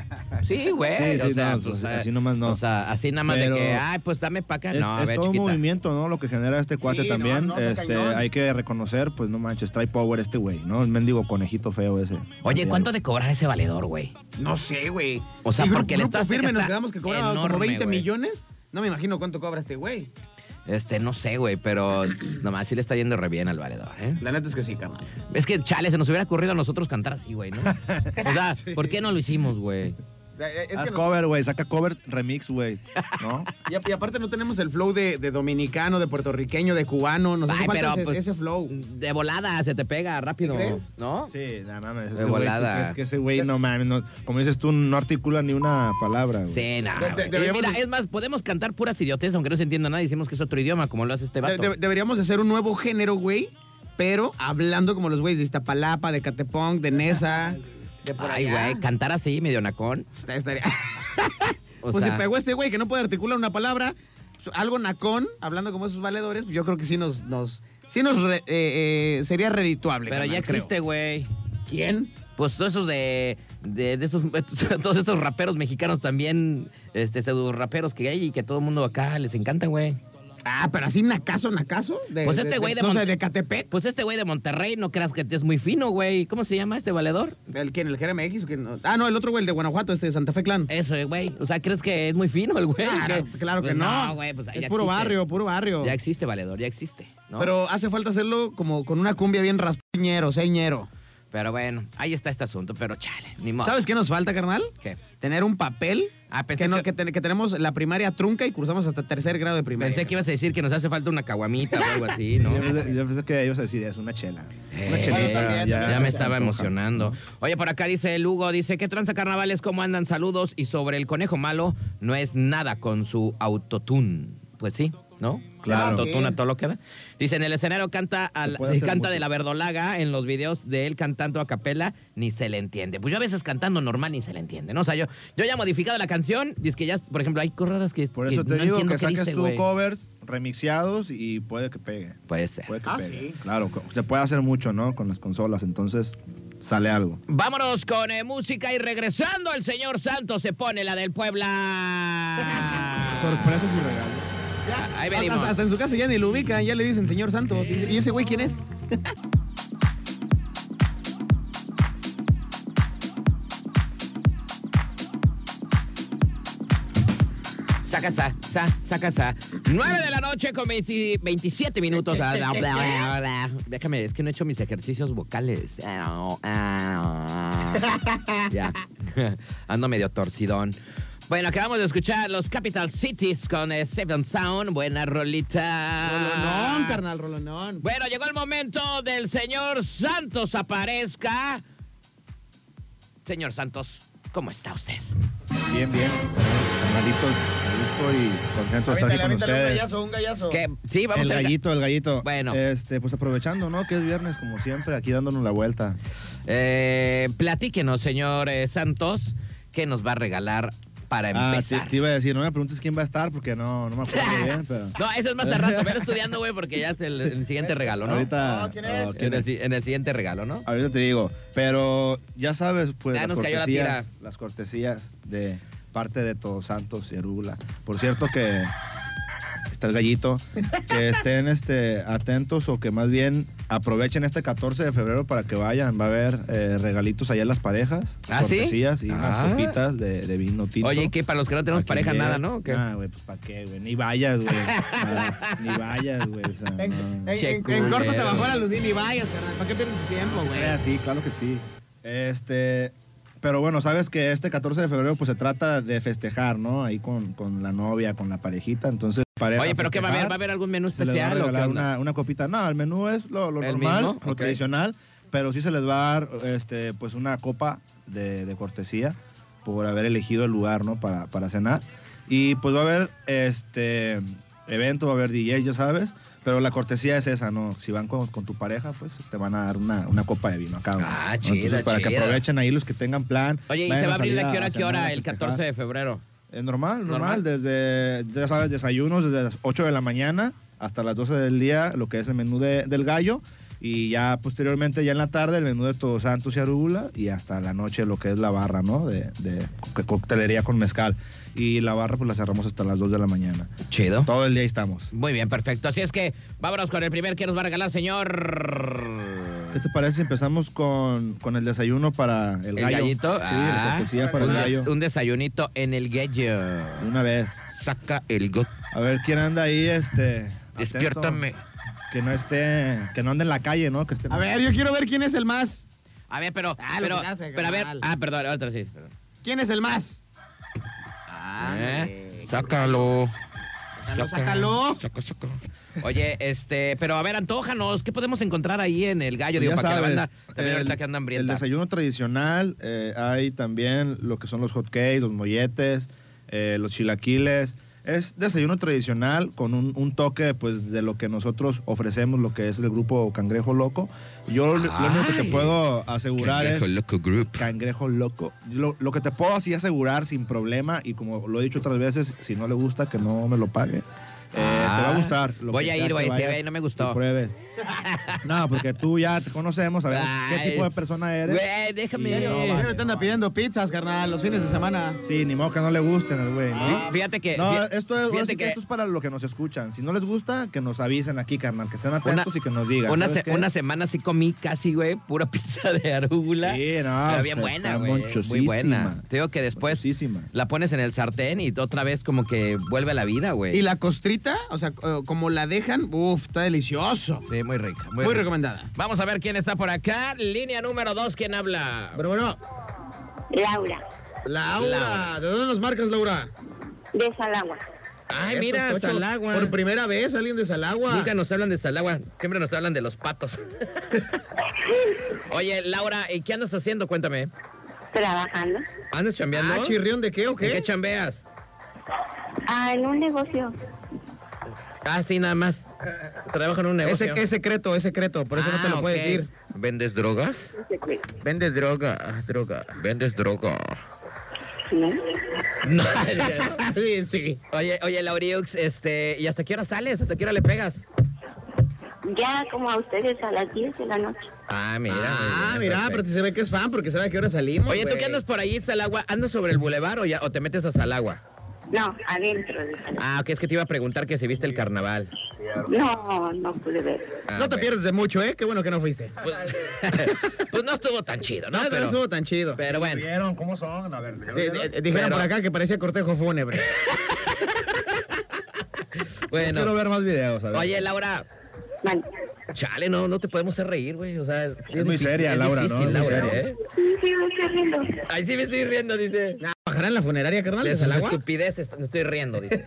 Sí, güey.
Sí,
o
sí,
sea,
no,
pues,
pues,
eh,
así nomás no.
O sea, así nada más
Pero
de que, ay, pues dame para acá.
Es,
no, a
es
ver,
todo un
chiquita.
movimiento, ¿no? Lo que genera este cuate
no,
también.
no, está
este,
cañón.
hay que reconocer, pues no manches, trae power este güey, ¿no? El mendigo conejito feo ese.
Oye,
También.
¿cuánto de cobrar ese valedor, güey?
No sé, güey.
O sea,
si Gru-
porque el
Grupo
Estado Azteca
firme nos
está
quedamos que cobraba
enorme,
como 20
güey.
millones. No me imagino cuánto cobra este güey.
Este, no sé, güey, pero s- nomás sí le está yendo re bien al valedor, ¿eh?
La neta es que sí, carnal.
Es que, chale, se nos hubiera ocurrido a nosotros cantar así, güey, ¿no? O sea, ¿por qué no lo hicimos, güey?
Eh, eh, Es
Haz
que no-
cover, güey. Saca cover remix, güey. ¿No?
y, a- y aparte no tenemos el flow de, de dominicano, de puertorriqueño, de cubano. Nos hace
Ay,
falta
pero,
ese,
pues,
ese flow.
De volada, se te pega rápido,
crees?
¿no?
Sí, nada mames.
De
ese güey, ¿tú
volada.
crees que ese güey, no mames. no- como dices tú, no articula ni una palabra, güey.
Sí,
De-
nada.
de- deberíamos-
mira, es más, podemos cantar puras idioteces, aunque no se entienda nada, y decimos que es otro idioma, como lo hace este vato.
De- de- deberíamos hacer un nuevo género, güey, pero hablando como los güeyes de Iztapalapa, de Catepong, de Nesa, de por
Ay,
allá.
güey, cantar así, medio nacón.
Está- estaría-
O
pues
sea,
si pegó este güey que no puede articular una palabra, pues, algo nacón, hablando como esos valedores, pues, yo creo que sí nos, nos sí nos re- eh, eh, sería redituable.
pero ya
carnal, creo.
existe, güey.
¿Quién?
Pues todos esos de, de, de esos, todos esos raperos mexicanos también, este, pseudo raperos que hay y que a todo el mundo acá les encanta, güey.
Ah, pero así nacaso, nacaso. De,
Pues este güey de
no
Mon-
sé, de Catepec.
Pues este güey de Monterrey, no creas que es muy fino, güey. ¿Cómo se llama este valedor?
¿El quién? ¿El GRMX? o quién? No. Ah, no, el otro güey, el de Guanajuato, este de Santa Fe Clan.
Eso, eh, güey. O sea, ¿crees que es muy fino el güey?
Claro,
¿Qué?
claro que
Pues
no.
güey, pues
es
ya
puro
existe.
barrio, puro barrio.
Ya existe valedor, ya existe, ¿no?
Pero hace falta hacerlo como con una cumbia bien raspañero, señero.
Pero bueno, ahí está este asunto, pero chale, ni modo.
¿Sabes qué nos falta, carnal?
¿Qué?
Tener un papel
Ah, pensé
que, no-
que-
que ten- que tenemos la primaria trunca y cursamos hasta tercer grado de primaria.
Pensé que ibas a decir que nos hace falta una caguamita o algo así, ¿no?
Yo pensé, yo pensé que ibas a decir, es una chela. Una
Eh,
chelita.
también,
ya,
también.
me estaba
antoja.
emocionando. Oye, por acá dice Lugo, dice, ¿qué tranza carnavales? ¿Cómo andan? Saludos. Y sobre el conejo malo, no es nada con su autotune. Pues sí, ¿no?
Claro.
Autotune a
Sí.
todo lo que da. Dice, en el escenario canta, al-
Ah, Se puede hacer
canta de
música.
la verdolaga, en los videos de él cantando a capela, ni se le entiende. Pues yo a veces cantando normal ni se le entiende, ¿no? O sea, yo, yo ya he modificado la canción, dice que ya, por ejemplo, hay correras que,
Por
que
eso te
no
digo
entiendo
que
qué
saques
dice,
tú
güey.
covers remixeados y puede que pegue.
Puede ser.
Puede que
Ah,
pegue.
sí.
Claro, co- se puede hacer mucho, ¿no? Con las consolas, entonces sale algo.
Vámonos con eh, música y regresando el señor Santos se pone la del Puebla.
Sorpresas y regalos.
Ah, Ahí
Hasta-
venimos.
Hasta, hasta en su casa ya ni lo ubican, ya le dicen señor Santos. Y dice, ¿Y ese güey quién es?
Saca, sa, sa, saca, sa. 9 de la noche con 20 27 minutos. Ah, bla, bla, bla, bla. Déjame, es que no he hecho mis ejercicios vocales. Ah, ah, ah. Ya. Ando medio torcidón. Bueno, acabamos de escuchar los Capital Cities con eh, Seven Sound. Buena rolita.
Rolonón, carnal, rolonón.
Ah. Bueno, llegó el momento del señor Santos aparezca. Señor Santos, ¿cómo está usted?
Bien, bien. Carnalitos, gusto y contento de estar aquí con ustedes.
un gallazo.
¿Qué? Sí, vamos
el
a
gallito, el gallito.
Bueno.
Este, pues aprovechando, ¿no? Que es viernes, como siempre, aquí dándonos la vuelta.
Eh, platíquenos, señor eh, Santos, ¿qué nos va a regalar para
Ah, sí,
empezar.
te iba a decir, no me preguntes quién va a estar porque no, no me acuerdo bien, pero. Eh,
No, eso es más al rato. Velo estudiando, güey, porque ya es el, el siguiente regalo, ¿no?
Ahorita. Ah,
No, ¿quién es?
oh,
En el, si- en el siguiente regalo, ¿no?
Ahorita te digo, pero ya sabes, pues
Ya
las
nos cayó la
cortesías,
tira.
las cortesías de parte de Todos Santos y Arugula. Por cierto que está el gallito, que estén este, atentos o que más bien aprovechen este 14 de febrero para que vayan. Va a haber eh, regalitos allá en las parejas,
¿Ah, sí?
cortesías y unas
Ah.
copitas de, de vino tinto.
Oye, ¿y qué? Para los que no tenemos
Pa'
pareja,
quien
nada,
llegue.
¿no? ¿O qué?
Ah, güey, pues para qué, güey. Ni vayas, güey. Ah, Ni vayas, güey. o sea,
En,
no.
en-
Che,
en- en corto te
culero.
bajó la luz y vayas, carnal. ¿Para qué pierdes tu tiempo, güey?
Ah, sí, claro que sí. Este, pero bueno, sabes que este 14 de febrero pues se trata de festejar, ¿no? Ahí con, con la novia, con la parejita, entonces pareja.
Oye, pero ¿qué va a haber?
festejar,
¿Va a haber algún menú
Se les va a
especial? o qué
regalar
onda?
una, una copita. No, el menú es lo, lo
¿El
normal,
mismo?
lo
Ok.
tradicional, pero sí se les va a dar este, pues una copa de, de cortesía por haber elegido el lugar, ¿no? Para, para cenar. Y pues va a haber este evento, va a haber DJ, ya sabes. Pero la cortesía es esa, ¿no? Si van con, con tu pareja, pues te van a dar una, una copa de vino acá.
Ah, chida,
Entonces, para que
chida.
aprovechen ahí los que tengan plan.
Oye, ¿y
vayan
se va a abrir
salir
a qué hora, qué
cenar,
hora
a
el
festejar.
14 de febrero?
Es normal,
Normal.
normal, Desde, ya sabes, desayunos desde las 8 de la mañana hasta las 12 del día, lo que es el menú de- del gallo. Y ya posteriormente, ya en la tarde, el menú de Todos Santos y Arugula. Y hasta la noche, lo que es la barra, ¿no? De, de co- coctelería con mezcal. Y la barra, pues la cerramos hasta las 2 de la mañana.
Chido.
Todo el día ahí estamos.
Muy bien, perfecto. Así es que vámonos con el primer que nos va a regalar, señor.
¿Qué te parece si empezamos con, con el desayuno para el,
El
gallo?
gallito.
Sí,
Ah,
la cortesía para
un,
el
des-
gallo.
un desayunito en el gallo.
De Una vez.
Saca el go.
A ver quién anda ahí, este. atento.
Despiértame.
Que no esté, que no ande en la calle, ¿no? Que esté
A ver, yo quiero ver quién es el más.
A ver, pero.
Ah, lo
pero,
tiraste,
pero a ver.
carnal.
Ah, perdón, otra sí. perdón.
¿Quién es el más? Ah,
¿Eh? Sácalo.
Sácalo, sácalo.
Saca, saca. Oye, este, pero a ver, antojanos, ¿qué podemos encontrar ahí en el gallo?
Pues
Digo,
ya
para que la
sabes,
banda también
el-
ahorita que anda
El
hambrienta.
desayuno tradicional, eh, hay también lo que son los hotcakes, los molletes, eh, los chilaquiles. Es desayuno tradicional con un, un toque pues, de lo que nosotros ofrecemos, lo que es el grupo Cangrejo Loco. Yo lo- lo único que
Ay.
te puedo asegurar es...
Loco Group.
Cangrejo loco. Lo, lo que te puedo así asegurar sin problema, y como lo he dicho otras veces, si no le gusta, que no me lo pague. Eh,
Ah.
te va a gustar. lo
Voy
que
a
sea
ir,
que
voy a decir,
vayas
"Ay, no me
y
gustó".
Pruebes. No, porque tú ya te conocemos, sabemos qué tipo de persona eres.
Güey, déjame.
Y no,
Pero te anda pidiendo pizzas, carnal, los fines de semana.
Sí, ni modo que no le gusten al güey, ¿no?
Ah, Fíjate que.
No,
fí-
esto es, ahora
fíjate
sí que
que
esto es para lo que nos escuchan. Si no les gusta, que nos avisen aquí, carnal, que estén
una,
atentos y que nos digan.
una, se-
¿sabes qué?
una semana sí comí casi, güey, pura pizza de arúgula.
Sí, no,
Pero bien
está-
buena,
está
güey. Muy
monchosísima.
buena. Te digo que después
Muchísima.
la pones en el sartén y otra vez como que vuelve a la vida, güey.
Y la costrita, o sea, co- como la dejan, uff, está delicioso.
Sí, muy rica. Muy,
Muy
rica.
recomendada.
Vamos a ver quién está por acá. Línea número dos, ¿quién habla?
Pero bueno,
Laura,
Laura,
Laura.
¿de dónde nos marcas, Laura?
de Salagua.
Ay,
Eso,
mira,
Tocho.
Salagua.
Por primera vez alguien de Salagua.
Nunca nos hablan de Salagua, siempre nos hablan de los patos. Oye, Laura, ¿y qué andas haciendo? Cuéntame.
Trabajando.
¿Andas chambeando?
Ah, chirrión, ¿de qué o
¿En
qué?
qué chambeas?
Ah, en un negocio.
Ah, sí, nada más. Trabajo en un
Ese-
negocio.
es secreto, es secreto, por eso no te lo
Ah,
puedes
ok.
decir.
¿Vendes drogas?
Vende droga, droga.
¿Vendes ah, droga?
¿No?
No. Ah,
Sí, sí.
oye, oye, Lauriux, este, ¿y hasta qué hora sales? ¿Hasta qué hora le pegas?
Ya como a ustedes a las 10 de la noche.
Ah, mira.
ah,
muy bien,
mira,
perfecto.
pero te- se ve que es fan porque sabe a qué hora salimos.
Oye, ¿tú
güey.
qué andas por ahí, Salagua? ¿Andas sobre el bulevar o, ya- o te metes a Salagua?
No, adentro de Salagua.
Ah, ok, es que te iba a preguntar que si viste el carnaval.
No, no pude ver.
Ah,
no te
bueno.
pierdes de mucho, ¿eh? Qué bueno que no fuiste.
Pues, pues no estuvo tan chido, ¿no?
No, no
Pero,
estuvo tan chido.
pero bueno.
¿Vieron cómo son? A ver,
Eh,
¿vieron?
De- de- dijeron
Pero-
por acá que parecía cortejo fúnebre.
Quiero
Bueno.
ver más videos, a ver.
Oye, Laura,
Vale.
chale, no, no te podemos hacer reír, güey. O sea, es,
muy
difícil,
seria,
es
Laura, ¿no?
difícil,
Es muy
Laura,
seria.
¿eh?
Sí, sí, me estoy riendo.
Ay, sí me estoy riendo, dice.
¿Bajarán en la funeraria, carnal?
De
¿De
sus
Salagua?
estupideces, me estoy riendo, dice.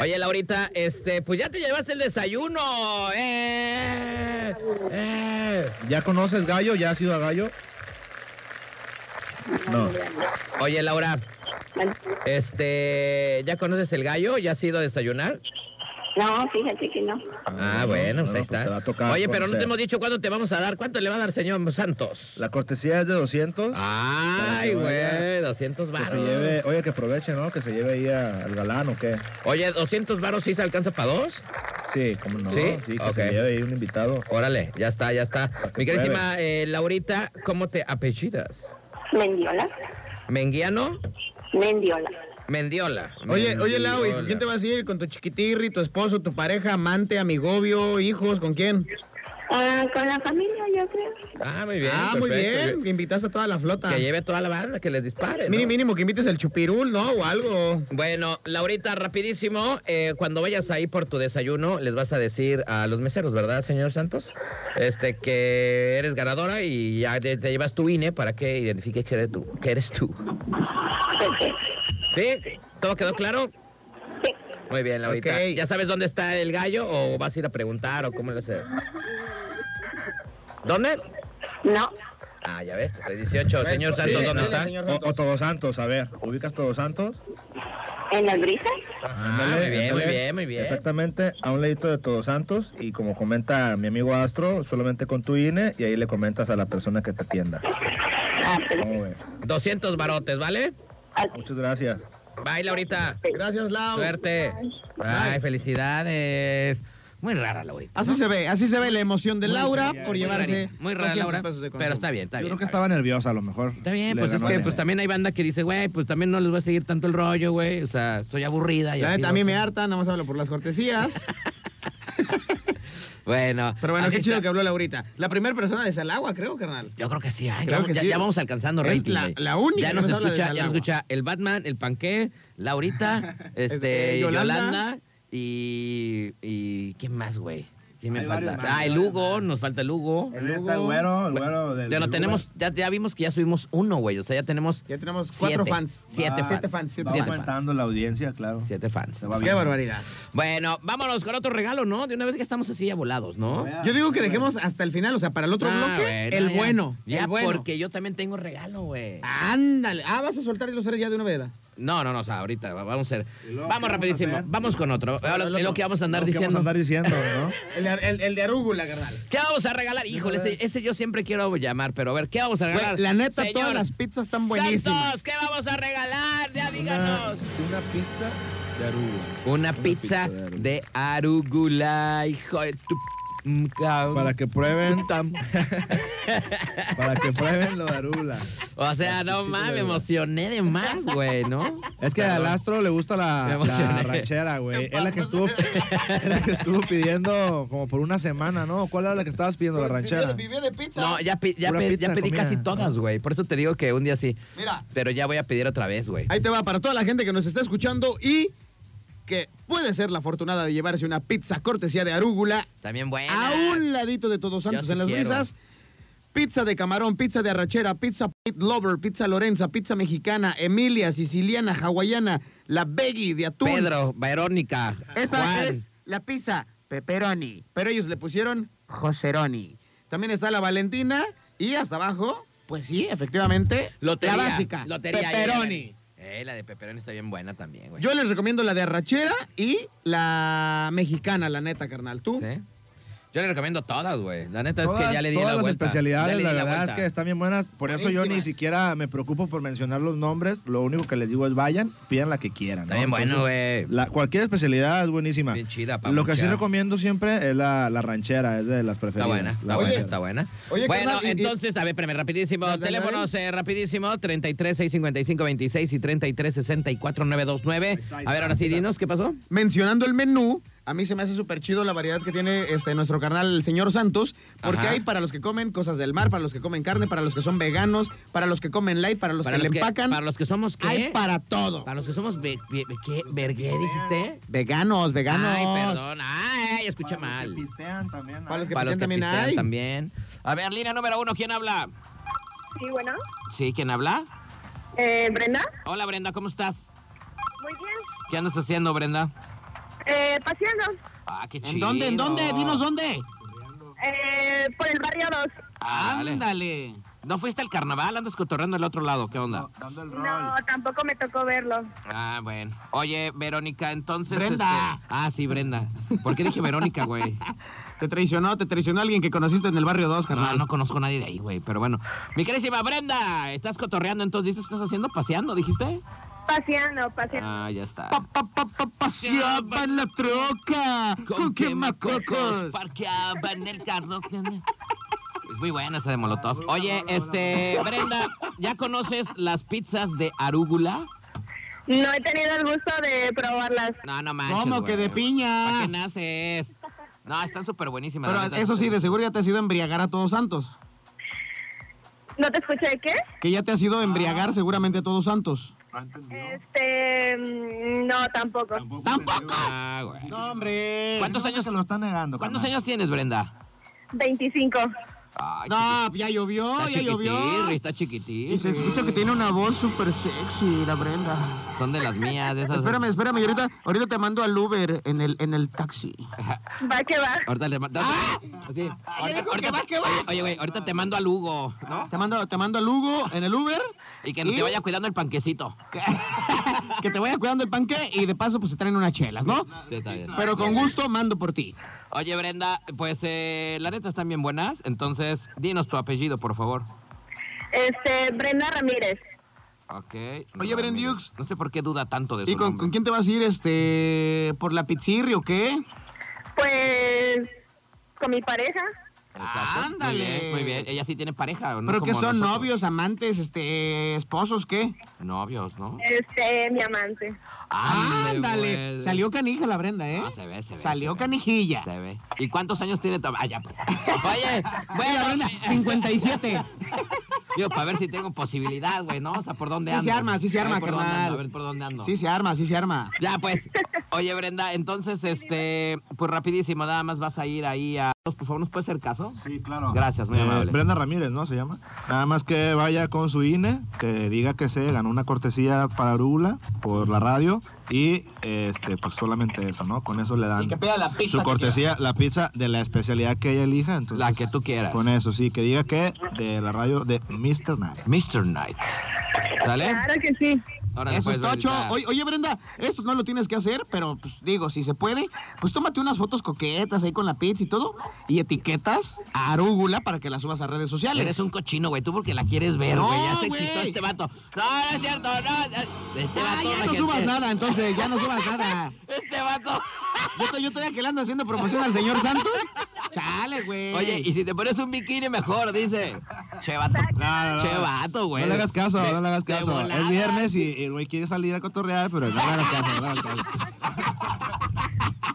Oye, Laurita, este, pues ya te llevaste el desayuno. ¡Eh! ¡Eh!
¿Ya conoces Gallo? ¿Ya has ido a Gallo? No.
Oye, Laura,
Vale.
este, ¿ya conoces el gallo? ¿Ya has ido a desayunar?
No, fíjate que no.
Ah, bueno, pues ahí
pues te va
está.
a tocar
Oye, pero no
conocer.
te hemos dicho cuándo te vamos a dar. ¿Cuánto le va a dar, señor Santos?
La cortesía es de 200.
Ah, Ay, güey, 200
Que se
varos.
lleve, oye, que aproveche, ¿no? Que se lleve ahí a- al galán o qué.
Oye, 200 varos sí se alcanza para dos.
Sí, cómo no.
¿Sí?
que
Ok.
se lleve ahí un invitado.
Órale, ya está, ya está.
Para que
Mi queridísima eh, Laurita, ¿cómo te apellidas?
Mendiola.
¿Menguiano?
Mendiola.
Mendiola.
Oye, oye, Lau, ¿y con
Mendiola.
quién te vas a ir? ¿Con tu chiquitirri, tu esposo, tu pareja, amante, amigobio, hijos? ¿Con quién?
Ah, con la familia, yo creo.
Ah, muy bien.
ah, muy
perfecto.
bien. Que invitas a toda la flota.
Que lleve toda la banda, que les dispare. ¿no?
Mini- Mínimo que invites el chupirul, ¿no? O algo.
Bueno, Laurita, rapidísimo, eh, cuando vayas ahí por tu desayuno, les vas a decir a los meseros, ¿verdad, señor Santos? Este, que eres ganadora y ya te, te llevas tu INE para que identifiques que eres tú. Que eres tú. ¿Sí? ¿Todo quedó claro?
Sí.
Muy bien, Laurita.
Ok.
¿Ya sabes dónde está el gallo o vas a ir a preguntar o cómo lo haces? ¿Dónde?
No.
Ah, ya ves, te estoy 18. Señor
sí,
Santos, ¿dónde
dile,
está?
señor.
O, o Todos Santos, a ver. ¿Ubicas Todos Santos?
¿En las brisas?
Ah, muy bien, muy bien, muy bien.
Exactamente, a un ladito de Todos Santos. Y como comenta mi amigo Astro, solamente con tu INE y ahí le comentas a la persona que te atienda.
Ah, pero-
¿Cómo ves?
200 barotes, ¿vale?
ah,
Muchas gracias.
Bye, Laurita.
Gracias, Lau.
Suerte. Ay, felicidades. Muy rara, Laurita.
Así se ve, así se ve la emoción de Laura por
Muy
llevarse
rarita, Muy rara,
200
Laura.
pesos de
Pero está bien, está
Yo
bien.
creo que
está bien.
estaba nerviosa a lo mejor.
Está bien,
Le
pues es
ganó
que
al-
pues también hay banda que dice, güey, pues también no les voy a seguir tanto el rollo, güey. O sea, soy aburrida. Y
La
así,
neta,
¿no?
a mí me harta, nada más hablo por las cortesías.
Bueno.
Pero bueno,
así
qué chido
está.
que habló Laurita. La primera persona de Salagua, creo, carnal.
Yo creo que sí, ay,
Creo
vamos-
que
ya,
sí.
ya vamos alcanzando
Es
rating.
la-
güey.
la única
Ya
que
nos
nos habla de
escucha, ya nos
Salagua.
escucha el Batman, el Panqué, Laurita, este,
Este,
Yolanda.
Yolanda.
y, y ¿quién más, güey? ¿Quién me
Hay
falta?
varios más.
ah, el Hugo, nos falta el Hugo.
Ahí está el güero, el güero del-
Ya no
del
tenemos,
Uber.
ya, ya vimos que ya subimos uno, güey. O sea, ya tenemos
Ya tenemos cuatro
siete,
fans.
Siete
Va.
fans.
Siete fans, siete
Va
fans.
aumentando la audiencia, claro.
Siete fans.
Se va
Qué
bien.
barbaridad.
Bueno, vámonos con otro regalo, ¿no? De una vez que estamos así ya volados, ¿no?
Yo digo que dejemos hasta el final, o sea, para el otro
Ah,
bloque,
bueno,
el
ya.
bueno.
Ya,
el bueno.
porque yo también tengo regalo, güey.
Ándale. Ah, vas a soltar los tres ya de una vez. ¿verdad?
No, no, no, o sea, ahorita va- vamos a hacer.
¿Y luego
Vamos
qué vamos a
rapidísimo,
hacer?
vamos con otro.
Ah,
Ahora,
el
Es lo
otro.
que vamos a andar
Lo que vamos
diciendo.
a andar diciendo, ¿no?
El, el- el de Arúgula, carnal.
¿Qué vamos a regalar? Híjole, ese, ese yo siempre quiero llamar, pero a ver, ¿qué vamos a regalar?
Güey, la neta,
Señor
todas las pizzas están buenísimas.
Santos, ¿qué vamos a regalar? Ya díganos.
Una, una pizza de arugula.
Una pizza de arugula, hijo de tu... mm, cabrón.
Para que prueben,
Tam.
para que prueben lo de arugula.
O sea, no mames, me emocioné de más, güey, ¿no?
Es que al astro le gusta
Me
la,
emocioné.
la ranchera, güey. Es la que estuvo es la que estuvo pidiendo como por una semana, ¿no? ¿Cuál era la que estabas pidiendo la ranchera?
Vivió de pizza.
No, ya, pi- ya,
Pura
pe-
pizza
ya pedí
comida.
casi todas, güey. Por eso te digo que un día sí.
Mira.
Pero ya voy a pedir otra vez, güey.
Ahí te va para toda la gente que nos está escuchando y que puede ser la afortunada de llevarse una pizza cortesía de Arúgula
También buena.
a un ladito de Todos Santos
sí
en las
quiero.
brisas. Pizza de camarón, pizza de arrachera, pizza pit lover, pizza lorenza, pizza mexicana, Emilia, siciliana, hawaiana, la veggie de atún.
Pedro, Verónica,
Esta
Juan.
es la pizza pepperoni, pero ellos le pusieron joseroni. También está la valentina y hasta abajo, pues sí, efectivamente,
Lotería.
la básica,
Lotería. Pues.
pepperoni.
Eh, la de Pepperoni está bien buena también, güey.
Yo les recomiendo la de arrachera y la mexicana, la neta, carnal. ¿Tú?
¿Sí? Yo le recomiendo todas, güey. La neta es
Todas,
que ya le di
todas
la
las
vuelta. Ya
especialidades,
le
la
di
verdad es
vuelta.
que están bien buenas. Por eso yo ni
Buenísimas.
siquiera me preocupo por mencionar los nombres. Lo único que les digo es vayan, pidan la que quieran.
Está
¿no?
bien bueno,
Entonces,
güey.
La, cualquier especialidad es buenísima.
Bien chida pa'
Lo que sí
muchear.
recomiendo siempre es la, la ranchera, es de las
Está
preferidas.
buena, está
la
buena,
ranchera.
está buena.
Oye,
bueno,
carnal, y- y-
entonces, a ver, espérame, rapidísimo.
Dale, dale,
Teléfonos eh, rapidísimo, 33 655 26 y 33 64 929.
está,
A
ahí
ver,
está,
ahora sí,
ahí está.
dinos, ¿qué pasó?
Mencionando el menú, a mí se me hace súper chido la variedad que tiene este, nuestro carnal, el señor Santos, porque
Ajá.
hay para los que comen cosas del mar, para los que comen carne, para los que son veganos, para los que comen light, para los que le empacan.
Para los que somos, ¿qué?
Hay para todo.
Para los que somos, ve- ve- ve- ¿qué? ¿Vergué dijiste?
Veganos, veganos.
Ay, perdón. Ay, escuché
Para los
mal.
que pistean también. ¿eh?
Para los que
Para los que
pistean también
pistean
hay.
también. A ver, línea número uno, ¿quién habla?
Sí, bueno.
Sí, ¿quién habla?
Eh, Brenda.
Hola, Brenda, ¿cómo estás?
Muy bien.
¿Qué andas haciendo, Brenda?
Eh, paseando.
Ah, qué chido.
¿En dónde? ¿En dónde? Dinos dónde.
Eh, por el barrio 2.
Ah, dale.
Ándale.
¿No fuiste al carnaval? Andas cotorreando al otro lado. ¿Qué onda?
Dando el
No, tampoco me tocó verlo.
Ah, bueno. Oye, Verónica, entonces.
Brenda.
este- Ah, sí, Brenda. ¿Por qué dije Verónica, güey?
Te traicionó, te traicionó alguien que conociste en el barrio 2,
No,
carnal.
no conozco a nadie de ahí, güey. Pero bueno. Mi querísima Brenda, estás cotorreando, entonces dices, estás haciendo paseando, dijiste.
Paseando, paseando.
Ah, ya está.
Pa, pa, pa, pa, paseaba en la troca con quemacocos.
Parqueaba en el carro. Es muy buena esa de Molotov. Oye, este, Brenda, ¿ya conoces las pizzas de arúgula?
No he tenido el gusto de probarlas.
No, no manches.
¿Cómo que
güey.
de piña?
¿Para qué naces? No, están súper buenísimas. la
Pero
neta.
eso sí, de seguro ya te has ido a embriagar a todos santos.
¿No te escuché qué?
Que ya te has ido a embriagar seguramente a todos santos.
Este, mm, no, tampoco.
¡Tampoco!
Ah, güey.
No, hombre.
¿Cuántos años
se lo están negando?
¿Cuántos
carnal.
años tienes, Brenda?
25.
Ay, chiqui-
No, ya llovió,
está
ya llovió.
chiquitirri, está chiquitirri.
Y se escucha que tiene una voz súper sexy, la Brenda.
Son de las mías, de esas.
Espérame, espérame, y ahorita, ahorita te mando al Uber en el, en el taxi.
Va que va.
Ahorita le mando. Sí. Ahorita-
¡Ah! dijo que
ahorita-
va, que va.
Oye, güey, ahorita te mando al Hugo, ¿no?
Te mando, te mando al Hugo en el Uber.
Y que no te vaya cuidando el panquecito.
que te vaya cuidando el panque y de paso pues se traen unas chelas, ¿no?
Sí, está bien.
Pero con gusto mando por ti.
Oye, Brenda, pues eh, la neta están bien buenas. Entonces, dinos tu apellido, por favor.
Este, Brenda Ramírez.
Ok.
Oye, Brendiux.
No sé por qué duda tanto de su
¿Y con,
nombre.
con quién te vas a ir, este, por la pizzirri o qué?
Pues, con mi pareja.
Exacto.
Ándale.
Muy bien, muy bien. Ella sí tiene pareja, ¿o ¿no?
¿Pero que
Como
son
nosotros.
novios, amantes, este, esposos, qué?
Novios, ¿no?
Este, mi amante.
Eh, Ándale.
güey.
Salió canija la Brenda, ¿eh?
No, se ve, se ve,
Salió
se ve.
canijilla.
pues. Se ve. ¿Y cuántos años tiene tu... Ah, ya, pues. Oye,
Bueno,
bueno,
Brenda, 57.
Digo, para ver si tengo posibilidad, güey, ¿no? O sea, ¿por dónde
Sí
ando?
se arma, sí se
A ver
arma,
por dónde
carnal.
ando, A ver por dónde ando.
Sí se arma, sí se arma.
Ya, pues. Oye, Brenda, entonces, este, pues rapidísimo, nada más vas a ir ahí a... Por favor, ¿nos puede hacer caso?
Sí, claro. Eh,
Gracias, muy amable.
Brenda Ramírez, ¿no? Se llama. Nada más que vaya con su INE, que diga que se ganó una cortesía para Arula por la radio y este, pues solamente eso, ¿no? Con eso le dan
pida la pizza
su
que
cortesía, la pizza de la especialidad que ella elija. Entonces,
La que tú quieras.
Con eso, sí, que diga que de la radio de Mr. Night.
Mr. Knight. ¿Sale?
Claro que sí.
Órale,
Eso
pues,
es tocho.
Brenda.
Oye, oye, Brenda, esto no lo tienes que hacer, pero pues digo, si se puede, pues tómate unas fotos coquetas ahí con la pizza y todo, y etiquetas a Arúgula para que las subas a redes sociales. Ah,
Eres un cochino, güey. Tú porque la quieres ver,
No,
güey. ya se
güey.
excitó este vato. No, no es cierto. No, es- este
Ah,
vato.
ya
la
no
gente-
subas nada, entonces, ya no subas nada.
Este vato.
Yo, to- yo todavía que le ando haciendo promoción al señor Santos. Chale, güey.
Oye, y si te pones un bikini mejor, dice. Che vato.
No, no,
Che
no.
vato, güey.
No le hagas caso,
Pues, De-
no le hagas
de
caso.
volada.
Es viernes y y el güey quiere salir a cotorrear, pero no le hagas caso, no le hagas caso.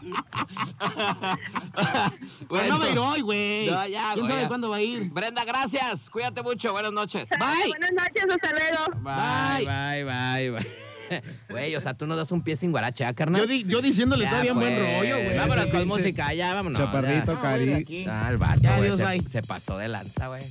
Pero
Bueno.
Pues no va a ir hoy, güey.
No, ya,
¿Quién
güey,
sabe
ya.
cuándo va a ir?
Brenda, gracias. Cuídate mucho. Buenas noches.
Sale, Buenas noches, hasta luego.
Bye, bye, bye, bye. Güey, o sea, tú no das un pie sin guaracha, carnal.
Yo, di- yo diciéndole
Ya,
todavía en buen
pues.
rollo, güey.
Vámonos con
Pinche
música, ya, vámonos.
Chaparrito,
ya.
cari.
Ah, el vato,
Ya,
güey,
adiós,
se-
bye.
se pasó de lanza, güey.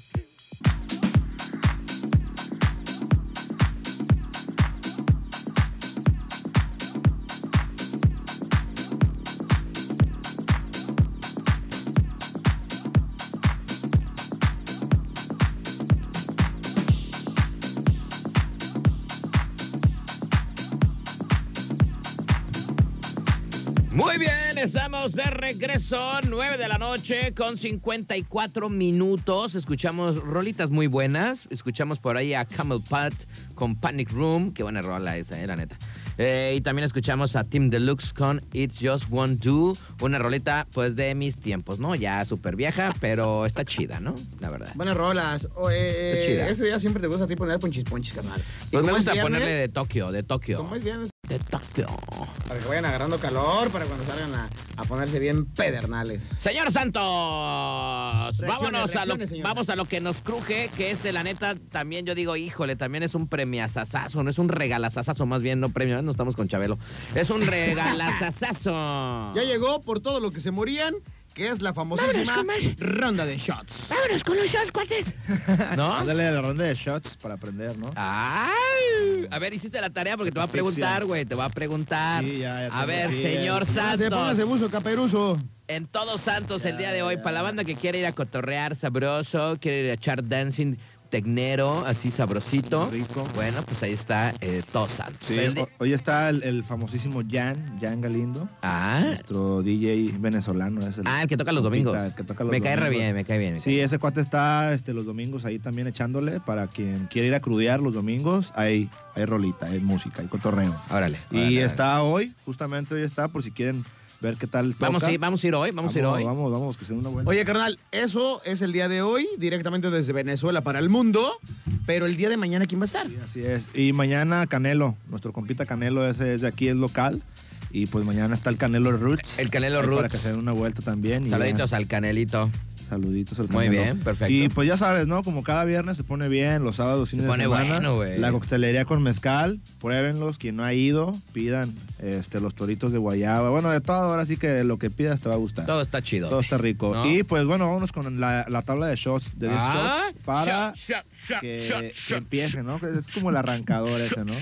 Muy bien, estamos de regreso, 9 de la noche con 54 minutos. Escuchamos rolitas muy buenas. Escuchamos por ahí a Camel Pat con Panic Room. Qué buena rola esa, eh, la neta. Eh, y también escuchamos a Tim Deluxe con It's Just One Do. Una roleta, pues, de mis tiempos, ¿no? Ya súper vieja, pero está chida, ¿no? La verdad.
Buenas rolas. O, eh,
Qué chida.
ese día siempre te gusta a ti poner ponchis ponchis, carnal. Y
Pues me
como es
gusta
viernes-
ponerle de Tokio, de Tokio.
Como es viernes,
De Tokio.
para que vayan agarrando calor, para cuando salgan a, a ponerse bien pedernales.
Señor Santos,
Reaccione,
vámonos a lo,
reaccione, señora.
vamos a lo que nos cruje, que es de la neta, también yo digo, híjole, también es un premiazazazo, no es un regalazazazo, más bien, no premio, no estamos con Chabelo. Es un regalazazazo.
Ya llegó por todo lo que se morían, que es la famosísima ronda de shots.
Vámonos con los shots, cuates. ¿No?
Ándale la ronda de shots para aprender, ¿no?
Ay, a ver, hiciste la tarea porque te va a preguntar, güey, te va a preguntar.
Sí, ya, ya
a
te
ver,
metí,
señor
ya.
Se póngase
Santos,
buzo, caperuso.
en Todos Santos el día de
Ya,
hoy,
ya.
para la banda que quiere ir a cotorrear sabroso, quiere ir a echar dancing tecnero, así sabrosito.
Rico.
Bueno, pues ahí está eh, Tosa.
Sí,
El de-
ho- hoy está el, el famosísimo Jan, Jan Galindo.
Ah,
Nuestro DJ venezolano es el,
ah, el que toca los domingos.
el que toca los
me cae re
domingos.
bien, me cae bien. me cae
Sí, ese cuate está este, los domingos ahí también echándole para quien quiere ir a crudear los domingos. Hay, hay rolita, hay música, hay cotorreo.
bien. Órale. órale,
Y
órale.
está hoy, justamente hoy está, por si quieren ver qué tal toca.
Vamos a ir, vamos a ir hoy, vamos, a ir hoy.
Vamos, vamos, que sea una buena.
Oye, carnal, eso es el día de hoy, directamente desde Venezuela para el mundo, pero el día de mañana, ¿quién va a estar?
Sí, así es. Y mañana Canelo, nuestro compita Canelo, ese es de aquí, es local. Y pues mañana está el Canelo Roots.
El Canelo
Ahí Para
Roots.
que se den una vuelta también. y ya.
Saluditos al Canelito.
Saluditos al
Muy
Canelo.
bien, perfecto.
Y pues ya sabes, ¿no? Como cada viernes se pone bien, los sábados,
Se
fines
pone
de semana.
bueno, güey.
La coctelería con mezcal, pruébenlos. Quien no ha ido, pidan este, los toritos de guayaba. Bueno, de todo, ahora sí que lo que pidas te va a gustar.
Todo está chido.
Todo está rico.
¿No?
Y pues bueno, vámonos con la, la tabla de shots, de 10
Ah,
shots, para
shot, shot,
que,
shot,
que
shot,
empiece, ¿no? Que Es como el arrancador ese, ¿no?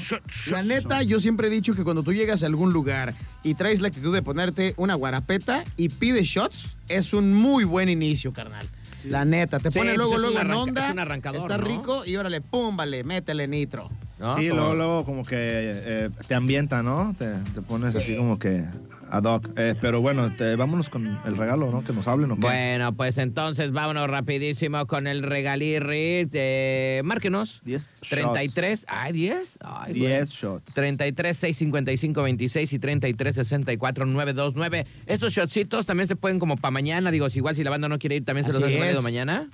La neta, yo siempre he dicho que cuando tú llegas a algún lugar y traes la actitud de ponerte una guarapeta y pides shots, es un muy buen inicio, carnal. La neta, te
Sí,
pone
pues
luego,
es un
luego en
arranca-
onda.
es un arrancador,
está
¿no?
rico y órale, púmbale, métele nitro.
¿no?
Sí,
Como-
luego, luego como que eh, te ambienta, ¿no? Te, te pones así como que ad hoc. Eh, pero bueno, te- vámonos con el regalo, ¿no? Que nos hablen, ¿o qué?
Bueno, pues entonces vámonos rapidísimo con el regalirri. Eh, márquenos.
10 shots.
33. Ah, 10. Ay, güey.
10 shots.
33 655 26 y 33 64 929. Estos shotcitos también se pueden como para mañana, digo, si igual si la banda no quiere ir también se los
Así
hacen válido
es.
mañana.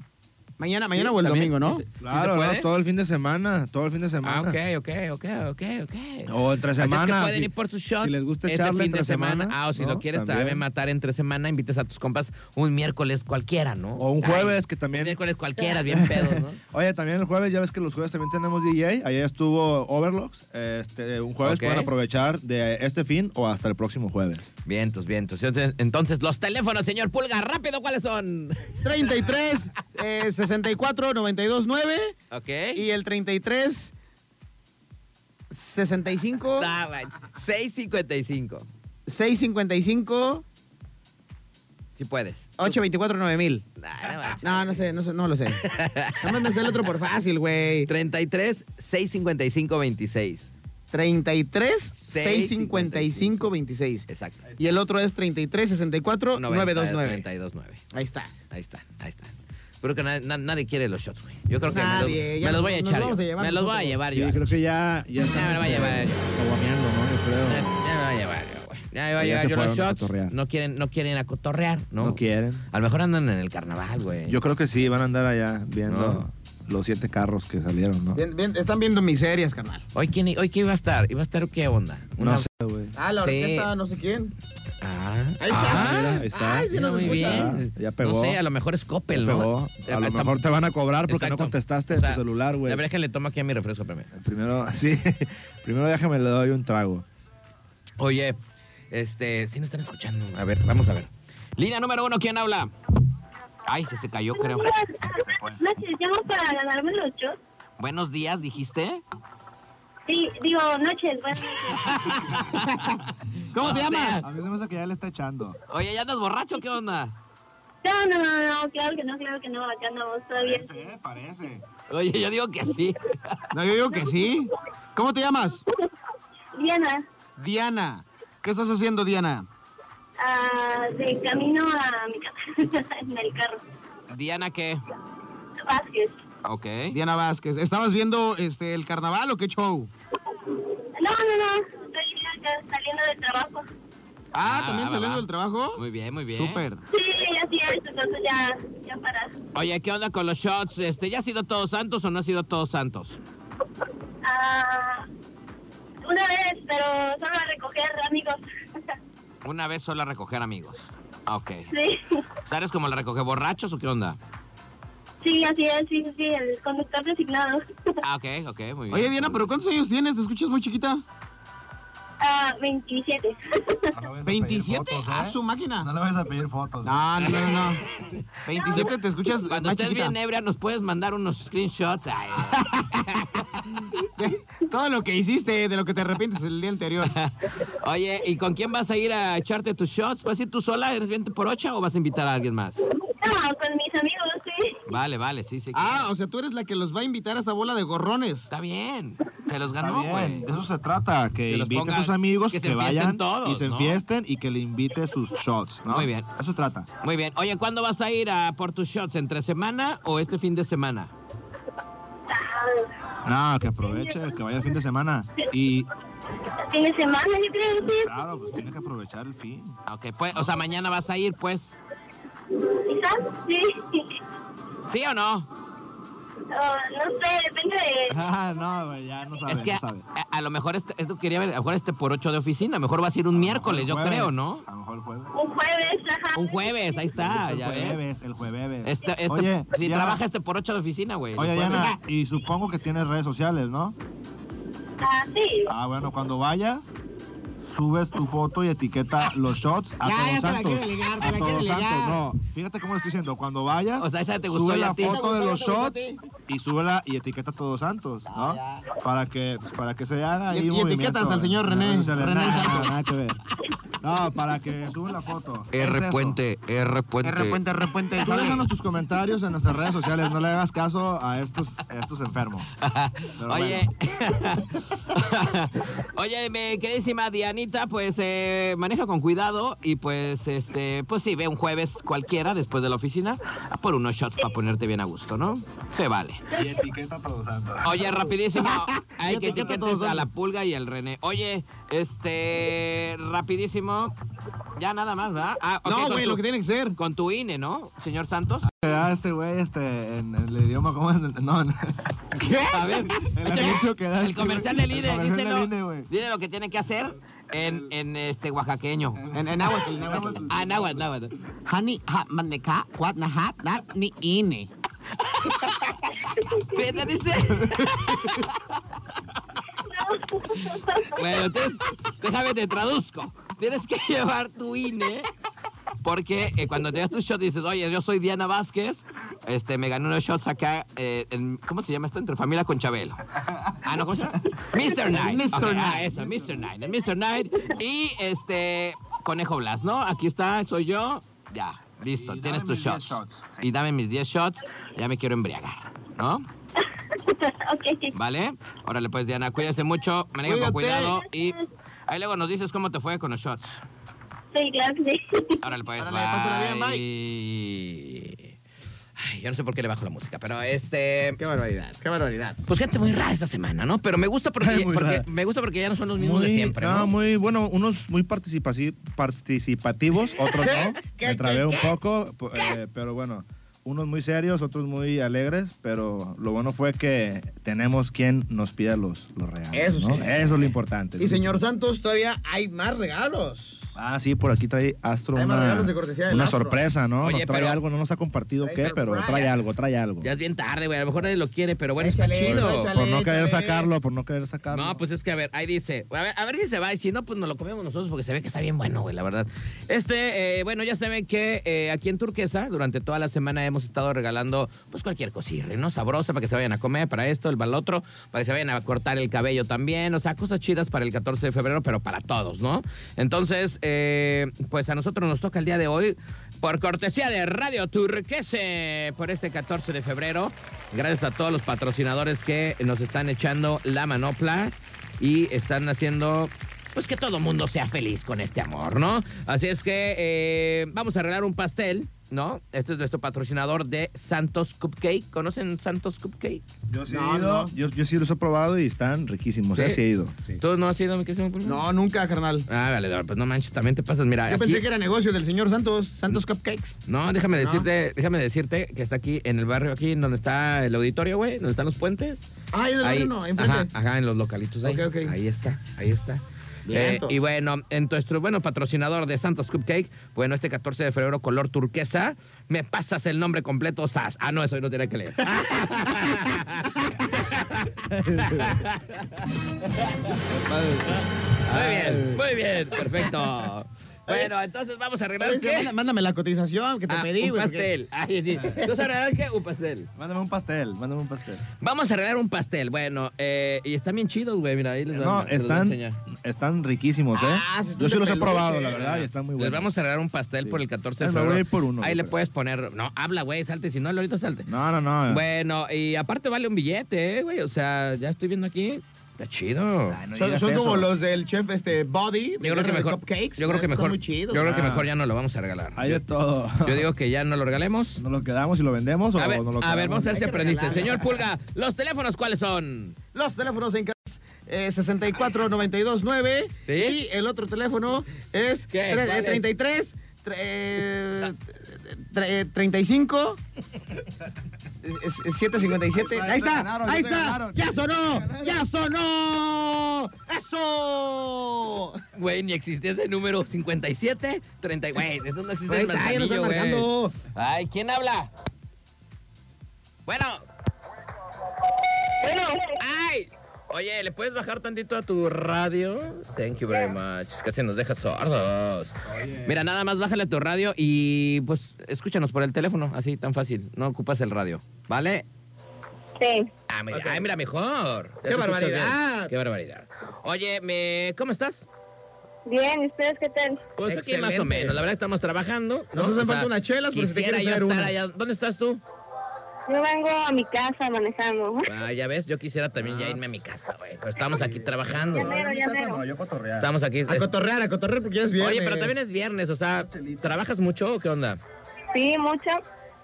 Mañana,
Sí,
mañana o el
también.
domingo, ¿no?
¿Sí se- sí se
Claro, ¿no?
puede?
todo el fin de semana, todo el fin de semana.
Ah, ok, ok, ok, ok, ok.
O entre
Así es que
semana,
pueden
si-
ir por tus shots.
si les gusta
este
echarle
fin de
entre
semana.
semana,
Ah, o si
¿no?
lo quieres también.
También.
matar entre semana, invites a tus compas un miércoles cualquiera, ¿no?
O un jueves, que
Un
también...
miércoles cualquiera, bien pedo, ¿no?
Oye, también el jueves, ya ves que los jueves también tenemos DJ. Ayer estuvo Overlocks. Este, un jueves
Ok.
pueden aprovechar de este fin o hasta el próximo jueves.
Vientos, vientos. Entonces, entonces, los teléfonos, señor Pulga, rápido, ¿cuáles son?
33, eh, 64, 92, 9.
Ok.
Y el 33, 65,
Ah, manch- 6.55.
655,
Si puedes.
824, 9000.
Ah, no manches.
No, no sé, no sé, no lo sé. Nada más me sé el otro por fácil, güey.
33 655 26.
33, 655, 26.
Exacto.
Y el otro es 33, 64, 929.
929.
Ahí está.
Ahí está, ahí está. Creo que na- na- nadie quiere los shots, güey. Yo creo que
Nadie,
me, los,
ya
me los voy a
nos- nos
echar.
vamos
yo.
a llevar
me los voy a
nosotros.
llevar
Sí,
yo.
creo que ya... Ya,
Ya me la va a llevar. Eh,
Aguameando, ¿no? Yo creo.
Ya, ya me voy a llevar yo, güey. Ya me voy a
Ya
llevar
se
yo los
fueron a
shots.
cotorrear.
No quieren, no quieren a cotorrear, ¿no?
no quieren.
A lo mejor andan en el carnaval, güey.
Yo creo que sí, van a andar allá viendo
No.
los siete carros que salieron, ¿no?
Ven- ven, están viendo miserias, carnal.
Hoy quién, i- hoy qué iba a estar, iba a estar qué onda. Una-
No sé, güey.
Ah, la
Sí.
orquesta, no sé quién.
Ah,
Ahí está.
ah,
mira, ahí está.
Ay, sí
mira,
nos
muy
escucha.
bien.
Ah, Ya pegó.
No sé, a lo mejor es Coppel,
Pero
¿no? Eh,
a lo mejor te van a cobrar porque no contestaste en tu celular, güey.
La verdad es que le tomo aquí a mi refresco primero.
Primero, sí. Primero déjame le doy un trago.
Oye, este, sí nos están escuchando. A ver, vamos a ver. Línea número uno, ¿quién habla? Ay, que se cayó, creo.
¿Nos llamo para ganarme los shots?
Buenos días, dijiste.
Sí, digo, noches, buenas noches.
¿Cómo te
O sea,
llamas?
A mí se me hace que ya le está echando.
Oye, ¿ya andas borracho? ¿Qué onda?
No, no, no, no, claro que no, claro que no, acá andamos todavía.
eh, parece.
Oye, yo digo que sí.
No, yo digo que sí. ¿Cómo te llamas?
Diana,
Diana. ¿Qué estás haciendo, Diana?
ah, de camino a mi casa, en el carro.
Diana, ¿qué?
Vázquez.
Ok.
Diana Vázquez. ¿Estabas viendo este el carnaval o qué show?
No, no, no, estoy acá saliendo del trabajo.
Ah,
Ah,
también
va,
saliendo
va.
del trabajo.
Muy bien, muy bien.
Súper.
Sí, así es, entonces ya, ya para.
Oye, ¿qué onda con los shots? Este, ¿Ya ha sido Todos Santos o no ha sido Todos Santos?
Ah, una vez, pero solo a recoger amigos.
Una vez solo a recoger amigos. Ah, Ok.
sí,
¿Sabes cómo la recoge borrachos o qué onda?
sí, así es, sí, sí, sí, el conductor designado.
Ah, ok, ok, muy bien.
Oye, Diana, ¿pero cuántos años tienes? ¿Te escuchas muy chiquita?
Ah, 27.
27. A su máquina.
¿eh? le vayas a pedir fotos.
No, no, no, no. 27 te escuchas
Cuando
más
estés
chiquita.
bien ebria, nos puedes mandar unos screenshots. Ay,
Todo lo que hiciste, de lo que te arrepientes el día anterior.
Oye, ¿y con quién vas a ir a echarte tus shots? ¿Vas a ir tú sola? ¿Eres 20 por 8 o vas a invitar a alguien más?
No, con mis amigos, sí.
Vale, vale, sí, sí.
Ah, o sea, tú eres la que los va a invitar a esta bola de gorrones.
Está bien. Te los
Está
ganó,
bien,
güey.
de eso se trata, que,
Ah, pues. Que los
invite a
pongan-
sus amigos,
que
que,
se enfiesten
vayan
todos,
y se
¿no?
enfiesten y que le invite sus shots, ¿no?
Muy bien.
Eso trata.
Muy bien. Oye, ¿cuándo vas a ir a por tus shots? ¿Entre semana o este fin de semana?
Ah,
No, que aproveche, que vaya el fin de semana. Y
fin de semana, yo creo que sí.
claro, pues tiene que aprovechar el fin.
Ok, pues, o sea, mañana vas a ir, pues.
Quizás, sí.
¿Sí o no?
Ah, no sé, depende de...
Ah, no, güey, ya no sabe,
es que
no
a,
sabe.
a- a lo mejor este, esto quería ver, a lo mejor este por ocho de oficina, mejor vas a ir un miércoles, yo
Jueves,
creo, ¿no?
A lo mejor el jueves.
Un jueves, ajá.
Un jueves, ahí está,
el
ya ves.
jueves, el jueves.
Este, este,
oye,
si
Diana,
trabaja este por ocho de oficina, güey.
Oye,
el jueves.
Diana, y supongo que tienes redes sociales, ¿no?
Ah, sí.
Ah, bueno, cuando vayas, subes tu foto y etiqueta los shots a
Ya, ya
todos
se la
santos.
quiere ligar, se
a
la
todos
quiere
santos,
ligar.
no. Fíjate cómo lo estoy diciendo. Cuando vayas,
O sea, esa te gustó
sube
ya a
la
ti.
¿Te
foto
gustó,
de los
ya te gustó a
shots y súbela y etiqueta a todos santos, ¿no? Para que, pues, para que se haga
Y-
ahí
y
un movimiento
etiquetas al señor
en las
René,
redes sociales.
René
Nada,
Santos.
nada que ver. No, para que sube la foto. Es eso.
R puente.
Repuente, repuente.
Tú déjanos tus comentarios en nuestras redes sociales. No le hagas caso a estos, a estos enfermos. Pero
Oye,
bueno.
oye, mi queridísima Dianita, pues eh, maneja con cuidado y pues este, pues sí, ve un jueves cualquiera después de la oficina a por unos shots para ponerte bien a gusto, ¿no? Se vale.
Y etiqueta a todos santos.
Oye, rapidísimo, hay que
Ya te toca
etiquetes
todo,
a la
Sandra.
pulga y al René. Oye, este, rapidísimo, ya nada más, ¿verdad? Ah, ok,
No,
con
güey,
tu-
lo que tiene que ser.
Con tu INE, ¿no, señor Santos?
Te da este güey este, en el idioma, ¿cómo es? No, en-
¿Qué? A ver,
El
échale.
anuncio que da
El
este
comercial
güey.
del
El
INE,
comercial del
díselo.
INE, güey.
Dile lo que tiene que hacer en, en este oaxaqueño.
En, en náhuatl, en náhuatl.
Ah, náhuatl, náhuatl.
Hani, ha, maneka, kwat, nahat, nat, ni, ine.
¿Sí entendiste? bueno, entonces, déjame te traduzco. Tienes que llevar tu INE porque eh, cuando te das tu shot dices, oye, yo soy Diana Vázquez, este, me gané unos shots acá, eh, en- ¿cómo se llama esto? Entre familia con Chabelo. Ah, no, ¿cómo se llama? Mr. Knight.
Mr.
Ok, Ah,
Knight.
eso, Mr. Knight. El Mr. Knight y este, Conejo Blas, ¿no? Aquí está, soy yo. Ya, listo,
Y
tienes
dame
tus
mis 10
shots.
shots, sí.
Y dame mis 10 shots, ya me quiero embriagar, ¿no?
ok.
¿Vale? Órale, pues, Diana, cuídese mucho, maneja con
Cuídate.
cuidado y ahí luego nos dices cómo te fue con los shots.
Sí, claro que sí.
Órale, pues,
Órale, pásala bien,
Ay, yo no sé por qué le bajo la música, pero este...
Qué barbaridad, qué barbaridad.
Pues gente muy rara esta semana, ¿no? Pero me gusta porque,
Muy
porque-
rara.
me gusta porque ya no son los mismos
Muy,
de siempre, ¿no?
no, muy bueno, unos muy participaci- participativos, otros no.
¿Qué?
Me trabé
¿Qué?
un poco, po- eh, pero bueno, unos muy serios, otros muy alegres, pero lo bueno fue que tenemos quien nos pida los, los regalos.
Eso
¿no?
sí.
Eso es lo importante.
Y señor Santos, todavía hay más regalos.
Ah, sí, por aquí trae Astro
Hay más
una,
regalos de cortesía del
una
Astro.
sorpresa, ¿no?
Oye,
Nos trae
pero-
algo, no nos ha compartido
Trae
qué, pero
surprise.
trae algo, trae algo.
Ya es bien tarde, güey. A lo mejor nadie lo quiere, pero bueno, está
Échale, pues,
chido.
échale.
Por no querer
échale.
sacarlo, por no querer sacarlo.
No, pues es que a ver, ahí dice. A ver, a ver si se va. Y si no, pues nos lo comemos nosotros porque se ve que está bien bueno, güey, la verdad. Este, eh, bueno, ya saben que eh, aquí en Turquesa, durante toda la semana hemos estado regalando, pues cualquier cosirre, ¿no? Sabrosa para que se vayan a comer, para esto, el para lo otro, para que se vayan a cortar el cabello también. O sea, cosas chidas para el 14 de febrero, pero para todos, ¿no? Entonces, eh, pues a nosotros nos toca el día de hoy. Por cortesía de Radio Turquese, por este 14 de febrero. Gracias a todos los patrocinadores que nos están echando la manopla y están haciendo. Pues que todo mundo sea feliz con este amor, ¿no? Así es que eh, vamos a arreglar un pastel, ¿no? Este es nuestro patrocinador de Santos Cupcake. ¿Conocen Santos Cupcake?
Yo sí
No,
he ido,
no.
yo, yo sí los he probado y están riquísimos.
¿Sí?
¿Sí? sí he ido. sí.
¿Tú no has ido, mi querido Pulpo?
No, nunca, carnal.
Ah, vale, pues no manches, también te pasas. Mira,
Yo
aquí-
pensé que era negocio del señor Santos, Santos Cupcakes.
No, déjame decirte, déjame decirte que está aquí en el barrio, aquí en donde está el auditorio, güey, donde están los puentes.
Ah, es del
Ahí,
barrio, no, enfrente.
Ajá, ajá, en los localitos ahí.
Ok, ok.
Ahí está, ahí está. Eh,
Vientos.
y bueno, en nuestro bueno patrocinador de Santos Cupcake, bueno, este 14 de febrero color turquesa, me pasas el nombre completo, SAS. Ah, no, eso yo no tenía que leer. Muy bien, muy bien, perfecto. Bueno, entonces vamos a arreglar
Oye,
qué?
manda- Mándame la cotización que te
Ah,
pedí,
un
güey, porque- Ah.
pastel. Ay, sí. ¿Entonces arreglar qué? Un pastel.
Mándame un pastel, mándame un pastel.
Vamos a arreglar un pastel. Bueno, eh, y están bien chidos, güey. Mira, ahí les,
No,
vamos- te los voy a
están,
enseñar.
están riquísimos, ¿eh?
Ah, se están
Yo sí
de
los he
peluche.
probado, la verdad, y están muy
Les
buenos.
vamos a arreglar un pastel
Sí.
por el 14 de
Ay, me voy
febrero.
a ir por uno,
Ahí
yo
le
creo.
puedes poner. No, habla, güey, salte. Si no, ahorita salte.
No, no, no.
Bueno, y aparte vale un billete, eh, güey. O sea, ya estoy viendo aquí. Está chido.
Ay, no
Son,
digas
son como
eso.
los del chef este Body.
Yo creo que mejor.
Cupcakes.
Yo creo que
Están
mejor.
muy chidos.
Yo creo que
Ah.
mejor ya no lo vamos a regalar.
Hay
Yo-
de todo.
Yo digo que ya no lo regalemos.
¿Nos lo quedamos y lo vendemos o
A ver, a
no lo
ver,
quedamos?
vamos a ver si
Hay que
aprendiste.
regalarlo.
Señor Pulga, ¿los teléfonos cuáles son?
Los teléfonos en casa. Eh, 64 92 9
¿Sí?
y el otro teléfono es
¿Qué?
tre- eh,
¿Cuál es?
33 tre- eh, tre- eh, 35 es- es- es 757 ahí
Ahí está,
está
ganaron,
ahí
ya te
está
ganaron.
ya sonó ya sonó eso
Güey, ni existía ese número 57, 30. Güey, estos no existen
Pues, Ahí
en
está, ya lo
Manzanillo,
están
güey.
marcando.
Ay, ¿quién habla? Bueno,
Bueno,
ay. Oye, ¿le puedes bajar tantito a tu radio? Thank you very much. Casi nos deja sordos. Mira, nada más bájale a tu radio y pues escúchanos por el teléfono, así tan fácil. No ocupas el radio, ¿vale?
Sí.
Ah, mira, ay, mira, mejor. Ya
¡Qué
te escuchas
barbaridad!
bien. ¡Qué barbaridad! Oye, me... ¿cómo estás?
Bien, ¿y ustedes qué tal?
Pues aquí más
Excelente.
o menos. La verdad estamos trabajando.
Nos hacen falta unas chelas, pero si te
quisiera
quieres
yo
ver
estar
unas.
allá. ¿Dónde estás tú?
Yo vengo a mi casa manejando.
Ah, ya ves, yo quisiera también ya irme a mi casa, güey. Pero estamos aquí trabajando.
Ya
güey.
mero, ya mero.
No, yo cotorrear.
Estamos aquí.
a cotorrear a cotorrear porque ya es viernes
Oye, pero también es viernes, o sea, ¿trabajas mucho o qué onda?
Sí, mucho.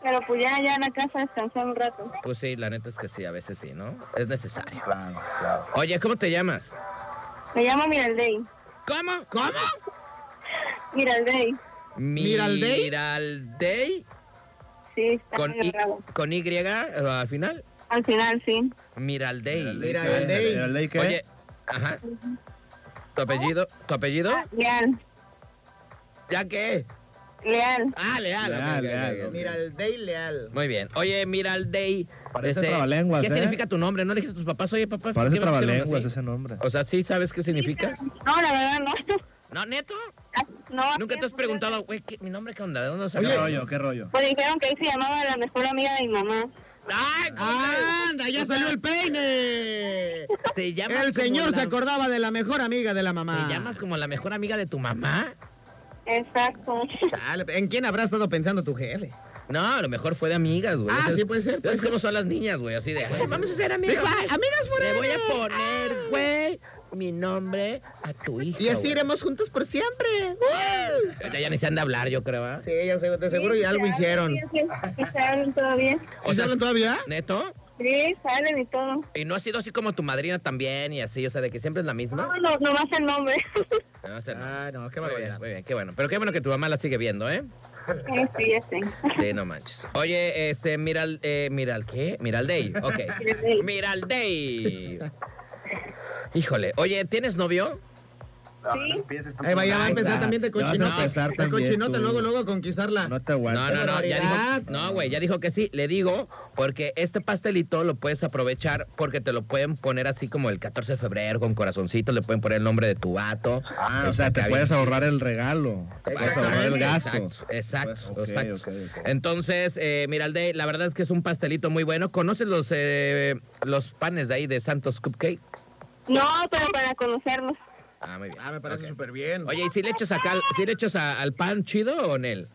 Pero pues ya, ya en la casa descansar un rato.
Pues sí, la neta es que sí, a veces sí, ¿no? Es necesario.
Claro, claro.
Oye, ¿cómo te llamas?
Me llamo Miraldey.
¿Cómo? ¿Cómo?
Miraldey.
¿Miraldey?
Miraldey
Sí, está
con
muy
I,
bravo.
con Y eh, al final.
Al final, sí.
Miraldey.
Mira,
el Day.
el Day que-
Oye, ajá. ¿Tu apellido? ¿Tu apellido?
Ah, Leal.
¿Ya qué?
Leal.
Ah, leal. ok,
Leal,
ok,
leal,
ok, ok.
mira el day leal
Muy bien. Oye, Miraldey.
Parece
este,
trabalenguas,
¿Qué
¿eh?
significa tu nombre? ¿No le dijiste a tus papás? Oye, papás. ¿por
Parece
qué me pusieron
trabalenguas
así?
ese nombre.
O sea, ¿sí sabes qué significa?
No, la verdad, no. Ah,
No, neto.
no
Nunca te has preguntado, güey, ¿qué- ¿mi nombre qué onda? ¿De dónde
¿Qué
salió?
rollo? ¿Qué rollo?
Pues dijeron que ahí se llamaba la mejor amiga de mi mamá.
¡Ay!
Ah, anda ya salió el peine
¿Te llamas
Eh, El
como
señor
la-
se Ah. acordaba de la mejor amiga de la mamá.
¿Te llamas como la mejor amiga de tu mamá?
Exacto.
Chale, ¿En quién habrá estado pensando tu jefe?
No, a lo mejor fue de amigas, güey.
Ah,
Esas-
sí, puede ser, puede
¿Sabes cómo son las niñas, güey? Así de, "Ay, vamos a ser amigas. Ah.
Dijo, "Ay, amigas
Le voy a
forever".
poner, güey, mi nombre a tu hija.
Y así
güey".
iremos juntos por siempre.
Ya, ya ni se han de hablar, yo creo, ¿ah?
Sí, ya sé, de seguro ya algo
Sí,
hicieron.
sí, sí, sí, se hablan todavía.
O
¿Sí se
sea,
hablan todavía?
¿Neto?
Sí, salen y todo.
¿Y no ha sido así como tu madrina también y así? O sea, de que siempre es la misma.
No, no, nomás el nombre.
No, o sea, no.
Ah, no, qué
Muy bien, pues,
barbaridad.
muy bien, qué bueno. Pero qué bueno que tu mamá la sigue viendo, ¿eh?
Sí, sí, ya sé.
Sí, no manches. Oye, este, Miral, eh, Miral, ¿qué? Miraldey, ok.
Miraldey.
Miraldey. Híjole, oye, ¿tienes novio?
Sí,
Ahí va, ya va a empezar
está.
también de
Ya vas a
cochinote.
empezar
De
también
cochinote,
tú.
luego, luego a conquistarla.
No te aguantas.
No, no, no, ya
barbaridad.
dijo, no, güey, ya dijo que sí, le digo, porque este pastelito lo puedes aprovechar porque te lo pueden poner así como el 14 de febrero con corazoncito, le pueden poner el nombre de tu vato.
Ah, o
Está
sea, te
acá
puedes
bien.
ahorrar el regalo. Te puedes ahorrar el gasto.
Exacto, exacto.
Pues, ok,
exacto.
ok, ok.
Entonces, eh, Miraldey, la verdad es que es un pastelito muy bueno. ¿Conoces los, eh, los panes de ahí de Santos Cupcake?
no, pero para conocerlos.
Ah, muy bien.
Ah, me parece
Ok.
súper bien.
Oye, ¿y si le echas, acá, al- si le echas a- al pan chido o en él?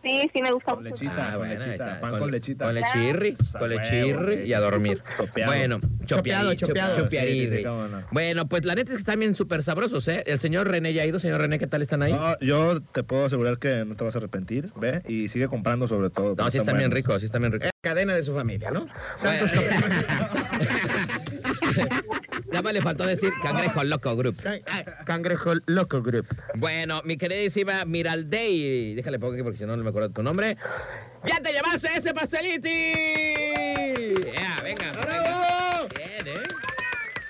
Sí, sí, me gusta.
Con lechita, con
Ah, bueno, ahí
lechita.
está.
Pan con lechita.
Con lechirri,
Pues, a
con
huevo,
lechirri
güey.
y a dormir.
Chopeado.
Bueno, chopeado,
Chopeado,
chopeado.
chopeado.
Sí, sí, sí, cómo no.
Bueno, pues la neta es que están bien súper sabrosos, ¿eh? El señor René ya ha ido. Señor René, ¿qué tal están ahí?
No, yo te puedo asegurar que no te vas a arrepentir, ve, y sigue comprando sobre todo.
No,
porque
sí están bien
buenos.
ricos, sí están bien ricos.
Eh,
Es cadena de su familia, ¿no? Santos
Bueno.
Cangrejo-
Nada más le faltó decir Cangrejo Loco Group.
Can- ay, Cangrejo Loco Group.
Bueno, mi queridísima Miraldey, déjale pongo aquí porque si no no me acuerdo tu nombre. ¡Ya te llevaste ese pasteliti! Ya, venga, venga. Bien, ¿eh?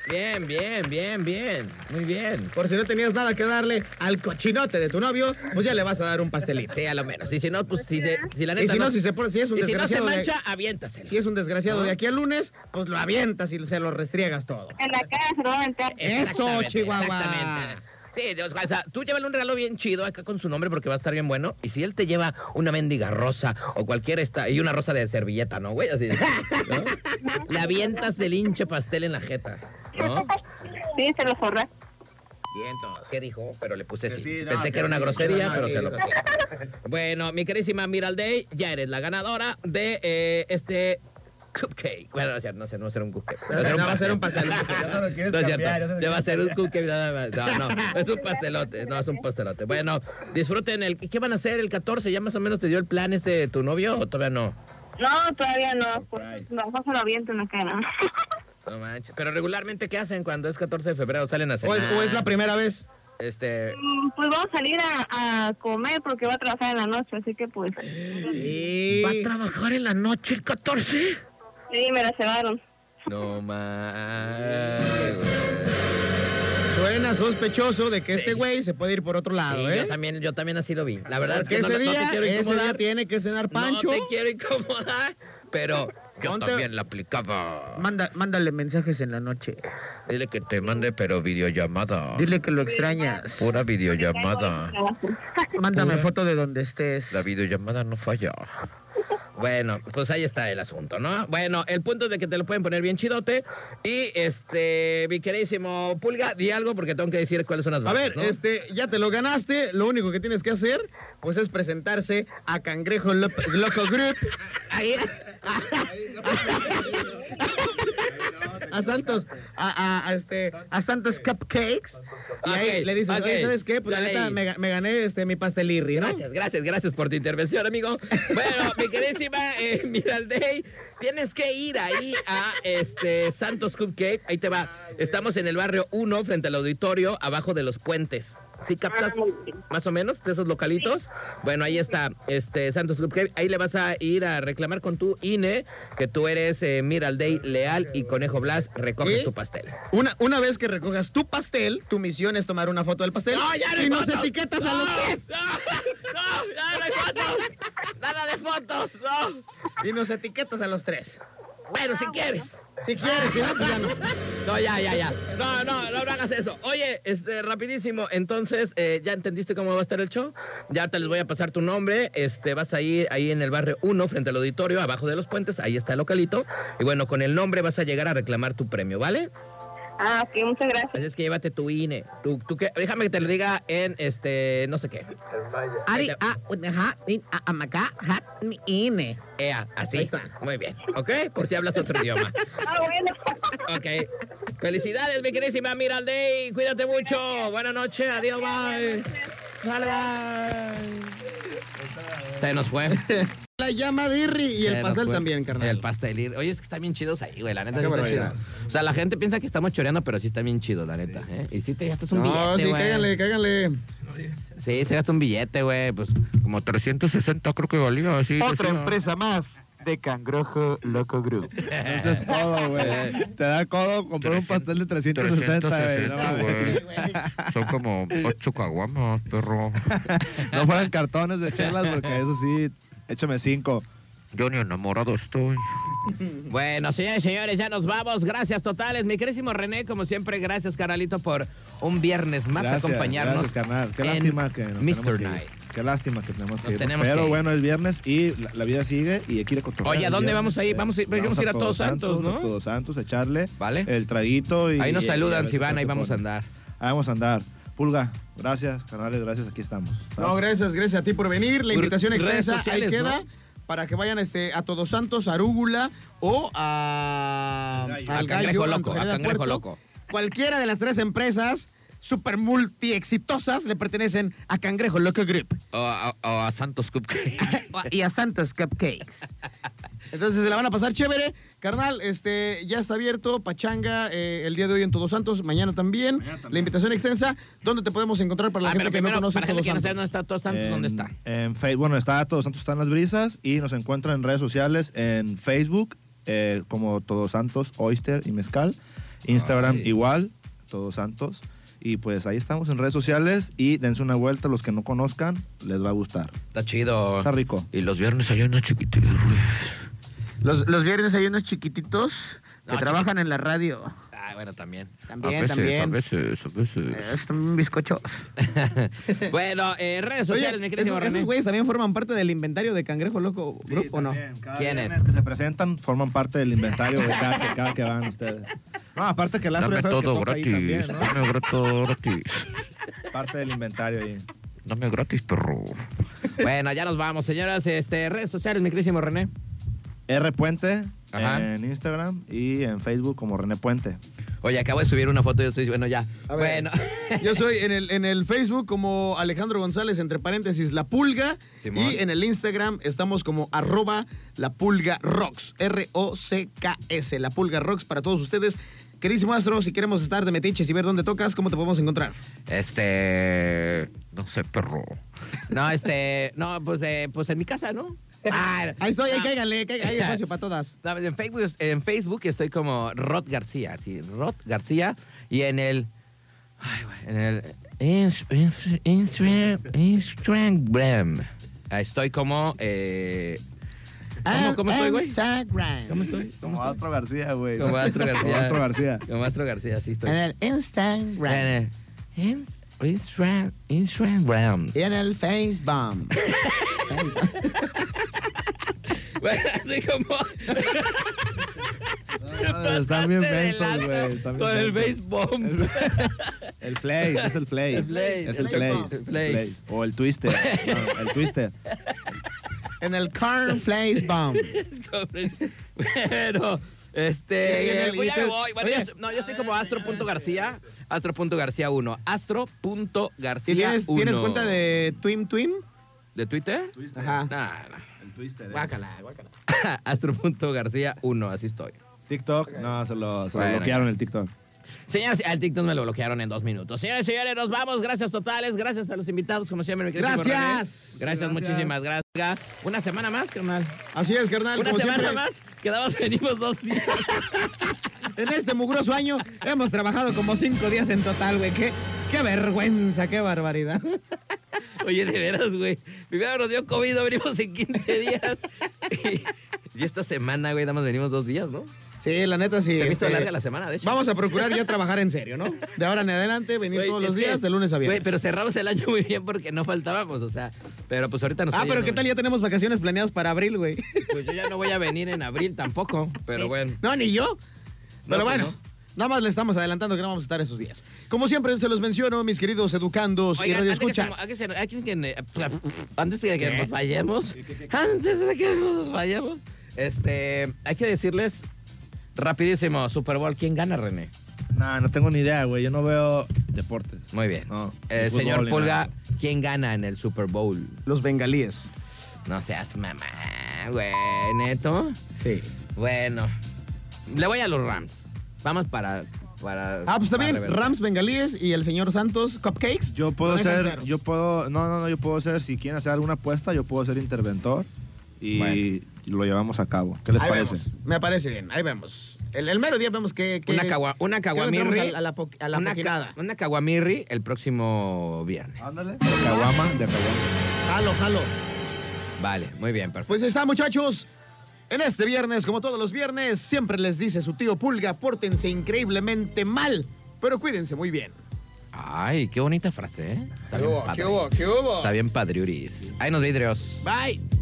Bien, bien, bien, bien. Muy bien.
Por si no tenías nada que darle al cochinote de tu novio, pues ya le vas a dar un pastelito.
Sí, a lo menos. Y si no, pues si, se- si la neta
Y si no, si se pone- si es un
y si no se
desgraciado de-
mancha, aviéntaselo.
Si es un desgraciado de aquí al lunes, pues lo avientas y se lo restriegas todo.
En la casa, se lo van a aventar.
Exactamente,
¡Eso, Chihuahua!
Exactamente. Sí, Dios, o sea, tú llévale un regalo bien chido acá con su nombre porque va a estar bien bueno. Y si él te lleva una mendiga rosa o cualquier esta y una rosa de servilleta, ¿no, güey? Así, ¿no? Le avientas el hinche pastel en la jeta,
Pues,
¿no?
Sí, se lo zorra.
Vientos, ¿qué dijo? Pero le puse
Que
sí.
sí, no,
Pensé que,
que
era una
sí,
grosería,
que no,
pero
sí,
se lo
no.
puse. Bueno, mi querísima Miraldey, ya eres la ganadora de eh, este cupcake. Bueno, no es cierto, no, es cierto, no va a ser un cupcake.
No, va a ser un pastel, un pastel.
No
Ya se lo quieres
es
cambiar, ya se
cierto,
lo
ya va a
quieres
ser un cupcake nada más. No, no, es un pastelote, no, es un pastelote. Bueno, disfruten el... ¿Qué van a hacer el 14? ¿Ya más o menos te dio el plan este tu novio o todavía no?
No, todavía no. Pues, no, pásalo bien, tú no cara.
No manches. Pero regularmente, ¿qué hacen cuando es 14 de febrero? ¿Salen a
¿O
cenar?
es, o es la primera vez?
Este...
Mm, Pues vamos a salir a, a comer porque va a trabajar en la noche, así que pues.
Y...
¿Va a trabajar en la noche el 14?
Sí, me la cebaron.
No más.
Suena sospechoso de que este güey se puede ir por otro lado, ¿eh?
yo también, yo también así lo vi. La verdad
Porque
es que no,
ese,
no
día,
te quiero
ese día
incomodar.
tiene que cenar Pancho.
No te quiero incomodar, pero yo
Ponte-
también la aplicaba.
Manda, mándale mensajes en la noche.
Dile que te mande, pero videollamada.
Dile que lo extrañas.
Pura videollamada.
Mándame foto de donde estés.
La videollamada no falla. Bueno, pues ahí está el asunto, ¿no? Bueno, el punto es de que te lo pueden poner bien chidote. Y este, mi queridísimo Pulga, di algo porque tengo que decir cuáles son las
A
bases,
ver,
¿no?
este, ya te lo ganaste. Lo único que tienes que hacer, pues, es presentarse a Cangrejo Lop- Loco Group,
Ahí-
a Santos, a, a- a este, a Santos Cupcakes. Y ahí
Ok,
le dices,
ok.
"Oye, ¿sabes qué? Pues, la
Ya
neta,
leí.
me, ga- me gané este, mi pastelirri, ¿no?
Gracias, gracias, gracias por tu intervención, amigo. Bueno, mi queridísima eh, Miraldey, tienes que ir ahí a este Santos Cupcake. Ahí te va. Estamos en el barrio 1, frente al auditorio, abajo de los puentes. ¿Sí captas? Más o menos, de esos localitos. Bueno, ahí está, este Santos Cupcake. Ahí le vas a ir a reclamar con tu INE que tú eres eh, Miraldey leal y Conejo Blas, recoges
¿Y?
tu pastel.
Una, una vez que recojas tu pastel, tu misión es tomar una foto del pastel
No, ya no hay
y nos
fotos.
etiquetas a los
No,
tres.
No, no, ya no hay fotos. Nada de fotos, no.
Y nos etiquetas a los tres.
Bueno, si quieres.
Si quieres, si no, pues ya no.
No, ya, ya, ya. No, no, no, no hagas eso. Oye, este, rapidísimo. Entonces, eh, ¿ya entendiste cómo va a estar el show? Ya te les voy a pasar tu nombre. Este, vas a ir ahí en el barrio 1, frente al auditorio, abajo de los puentes. Ahí está el localito. Y bueno, con el nombre vas a llegar a reclamar tu premio, ¿vale?
Ah, ok, muchas gracias.
Así es que llévate tu INE. Tú, tú que, déjame que te lo diga en, este, no sé qué.
Ari, ah, ajá, in, a- amacá, ja, ni, ine.
E. Ea, así.
Ahí está.
Muy bien. ¿Ok? Por si hablas otro idioma.
Ah, bueno.
Ok. Felicidades, mi queridísima Miraldey. Cuídate mucho. Buenas noches. Adiós, bye. Sale, bye. Se nos fue.
La llama de Irri y
Se
el
nos
pastel
fue.
también, carnal.
pues, El pastel. ir- Oye, es que están bien chidos ahí, güey. La neta sí
Qué
está chido.
barbaridad.
O sea, la gente piensa que estamos choreando, pero sí está bien chido, la neta. ¿eh? Y sí te gastas un billete,
No, sí,
güey.
cáiganle, cáiganle.
Sí, se gasta un billete, güey. Pues como 360 creo que valía. así decía.
más de Cangrejo Loco Group.
Ese es codo, güey. Te da codo comprar un pastel de 360, güey. No, mames.
Son como 8 caguamas, perro.
No fueran cartones de chelas, porque eso sí, échame cinco.
Yo ni enamorado estoy. Bueno, señores y señores, ya nos vamos. Gracias totales. Mi querísimo René, como siempre, gracias, carnalito, por un viernes más
Gracias,
acompañarnos.
Gracias, carnal. Qué
en
lástima que nos tenemos
Mr.
que ir.
Night.
Qué lástima que tenemos que
Nos
ir.
tenemos
Pero
que ir.
bueno, es viernes y la, la vida sigue y aquí le cotorreamos.
Oye, ¿a dónde vamos a ir? Vamos a ir- vamos a ir a Todos Santos, ¿no?
A Todos Santos, a echarle
Vale.
el traguito. Y,
Ahí nos
y-
saludan,
y-
si van, ahí vamos a andar.
Ahí vamos a andar. Pulga, gracias, carnales, gracias, aquí estamos.
No, gracias, gracias a ti por venir. La
Por
invitación
redes
extensa
sociales,
ahí queda
¿no?
para que vayan este, a Todos Santos, a Arúgula o a,
Cangrejo
Al
Gallo,
Loco,
Antonio
al
de
Cangrejo
Puerto.
Loco.
Cualquiera de las tres empresas super multi exitosas le pertenecen a Cangrejo Loco Group
O, a- o a Santos Cupcake.
y a Santos Cupcakes. Entonces se la van a pasar chévere. Carnal, este, ya está abierto Pachanga eh, el día de hoy en Todos Santos, mañana también. La invitación extensa, ¿dónde te podemos encontrar para la
Ah,
gente
pero
que no
primero,
conoce
para la gente
Todos
que no sabe dónde
Santos?
está Todos Santos, ¿dónde está?
En Facebook, bueno, está Todos Santos están las brisas y nos encuentran en redes sociales en Facebook eh, como Todos Santos Oyster y Mezcal, Instagram
Ay.
igual Todos Santos y pues ahí estamos en redes sociales y dense una vuelta los que no conozcan les va a gustar.
Está chido.
Está rico.
Y los viernes hay una chiquitita.
Los, los viernes hay unos chiquititos que
No,
trabajan en la radio.
Ah, bueno, también.
También,
a veces,
también.
a veces, a veces.
Eh,
Están bizcochos.
bueno, eh, redes sociales, mi queridísimo
esos, esos
René.
güeyes también forman parte del inventario de Cangrejo Loco Group, ¿o no?
Cada
¿Quiénes?
viernes que se presentan forman parte del inventario de cada, que, cada que van ustedes. No, aparte que el antro ya
Dame
sabes que
todo
toca ahí
gratis.
también, ¿no?
Dame todo gratis.
Parte del inventario ahí.
Dame gratis, perro.
Bueno, ya nos vamos, señoras. Este, redes sociales, mi queridísimo René.
R Puente
Ajá.
en Instagram y en Facebook como René Puente.
Oye, acabo de subir una foto y yo estoy, bueno, ya.
A ver,
Bueno.
Yo soy en el, en el Facebook como Alejandro González, entre paréntesis, La Pulga.
Simón.
Y en el Instagram estamos como arroba La Pulga Rocks, R-O-C-K-S, La Pulga Rocks para todos ustedes. Queridísimo Astro, si queremos estar de metiches y ver dónde tocas, ¿cómo te podemos encontrar?
Este.
No sé, perro.
No, este. No, pues, eh, pues en mi casa, ¿no? Ah,
Eh, Ahí estoy, ahí cáigale, cáigale, hay espacio para todas.
no, en, Facebook, en Facebook estoy como Rod García, sí, Rod García. Y en el. Ay, güey, en el. Ins- ins- Instagram. Instagram. Estoy como. Eh, ¿Cómo, cómo estoy, güey?
Instagram.
¿Cómo estoy? ¿Cómo
Como
estoy?
Astro García, güey.
Como Astro García.
Como Astro García.
Como Astro García, sí estoy.
En el Instagram.
En el Ins- Instagram. Instagram.
Y en el Facebook.
Bueno, así como.
Ah, Están bien
Pasaste de
mensos,
lanza
güey. están bien
Con el
mensos.
face bomb.
El Play, es el Play.
El Flaze,
Es
el
el Play.
Flaze. Flaze.
O el Twister. No, el Twister.
En el Cornflakes Bomb.
Pero,
Ya, ya,
este.
ya,
pues ya
ya,
me voy. Bueno,
oye.
yo estoy- no, yo estoy como astro.garcía. Astro.garcía1. Astro.garcía1.
¿Y tienes, tienes cuenta de Twim Twim?
¿De Twitter?
Ajá.
Nah, nah.
El Twister. eh.
Guácala, guácala.
Astro.garcía1, así estoy.
TikTok. No, se lo, se lo
Bueno,
bloquearon el TikTok.
Señores, al TikTok me lo bloquearon en dos minutos. Señores, señores, nos vamos. Gracias totales. Gracias a los invitados, como siempre. mi queridísimo
Gracias.
René. Gracias,
Gracias.
muchísimas gracias. Una semana más, carnal.
Así es, carnal.
Una
como
semana
siempre,
más. Quedamos, venimos dos días.
En este mugroso año hemos trabajado como cinco días en total, güey. Qué, qué vergüenza, qué barbaridad.
Oye, de veras, güey. Primero nos dio COVID, venimos en 15 días. Y, y esta semana, güey, nada más venimos dos días, ¿no?
Sí, la neta sí.
Se ha visto
este,
larga la semana, de hecho.
Vamos a procurar ya trabajar en serio, ¿no? De ahora en adelante, venir
Güey,
todos
es
los
que-
días, de lunes a viernes.
Güey, pero cerramos el año muy bien porque no faltábamos, o sea. Pero pues ahorita nos
ah,
está
pero
yendo
¿qué tal?
bien.
Ya tenemos vacaciones planeadas para abril, güey.
Pues yo ya no voy a venir en abril tampoco, pero bueno.
No, ni yo. Pero
No, pues
bueno.
no.
Nada más le estamos adelantando que no vamos a estar esos días. Como siempre, se los menciono, mis queridos educandos Pues, y
Oigan,
radioescuchas.
Antes de que, se- antes de que- eh, antes de que nos vayamos, antes de que nos vayamos, este, hay que decirles rapidísimo, Super Bowl, ¿quién gana, René?
No, no tengo ni idea, güey. Yo no veo deportes.
Muy bien.
No,
Eh,
ni fútbol
señor
ni
Pulga,
nada.
¿quién gana en el Super Bowl?
Los bengalíes.
No seas mamá, güey, neto.
Sí.
Bueno, le voy a los Rams. Vamos para... para
Ah, pues está
para
bien.
revertir.
Rams bengalíes y el señor Santos cupcakes.
Yo puedo
Lo dejan
ser,
cero.
yo puedo, no, no, no, yo puedo ser, si quieren hacer alguna apuesta, yo puedo ser interventor y
Bueno.
lo llevamos a cabo. ¿Qué les
Ahí
parece?
vemos. Me parece bien, ahí vemos. El, el mero día vemos que. que-
Una, cagua- una
que le entramos
caguamirri.
A, a la, po- a la
una,
poquinada.
ca- una caguamirri el próximo viernes.
Ándale. De Caguama, de Caguama.
Jalo, jalo.
Vale, muy bien, perfecto.
Pues ahí está, muchachos. En este viernes, como todos los viernes, siempre les dice su tío Pulga: pórtense increíblemente mal, pero cuídense muy bien.
Ay, qué bonita frase, ¿eh? Está bien padre.
¿Qué hubo?
Está bien padriuris. Ahí nos vidrios.
Bye.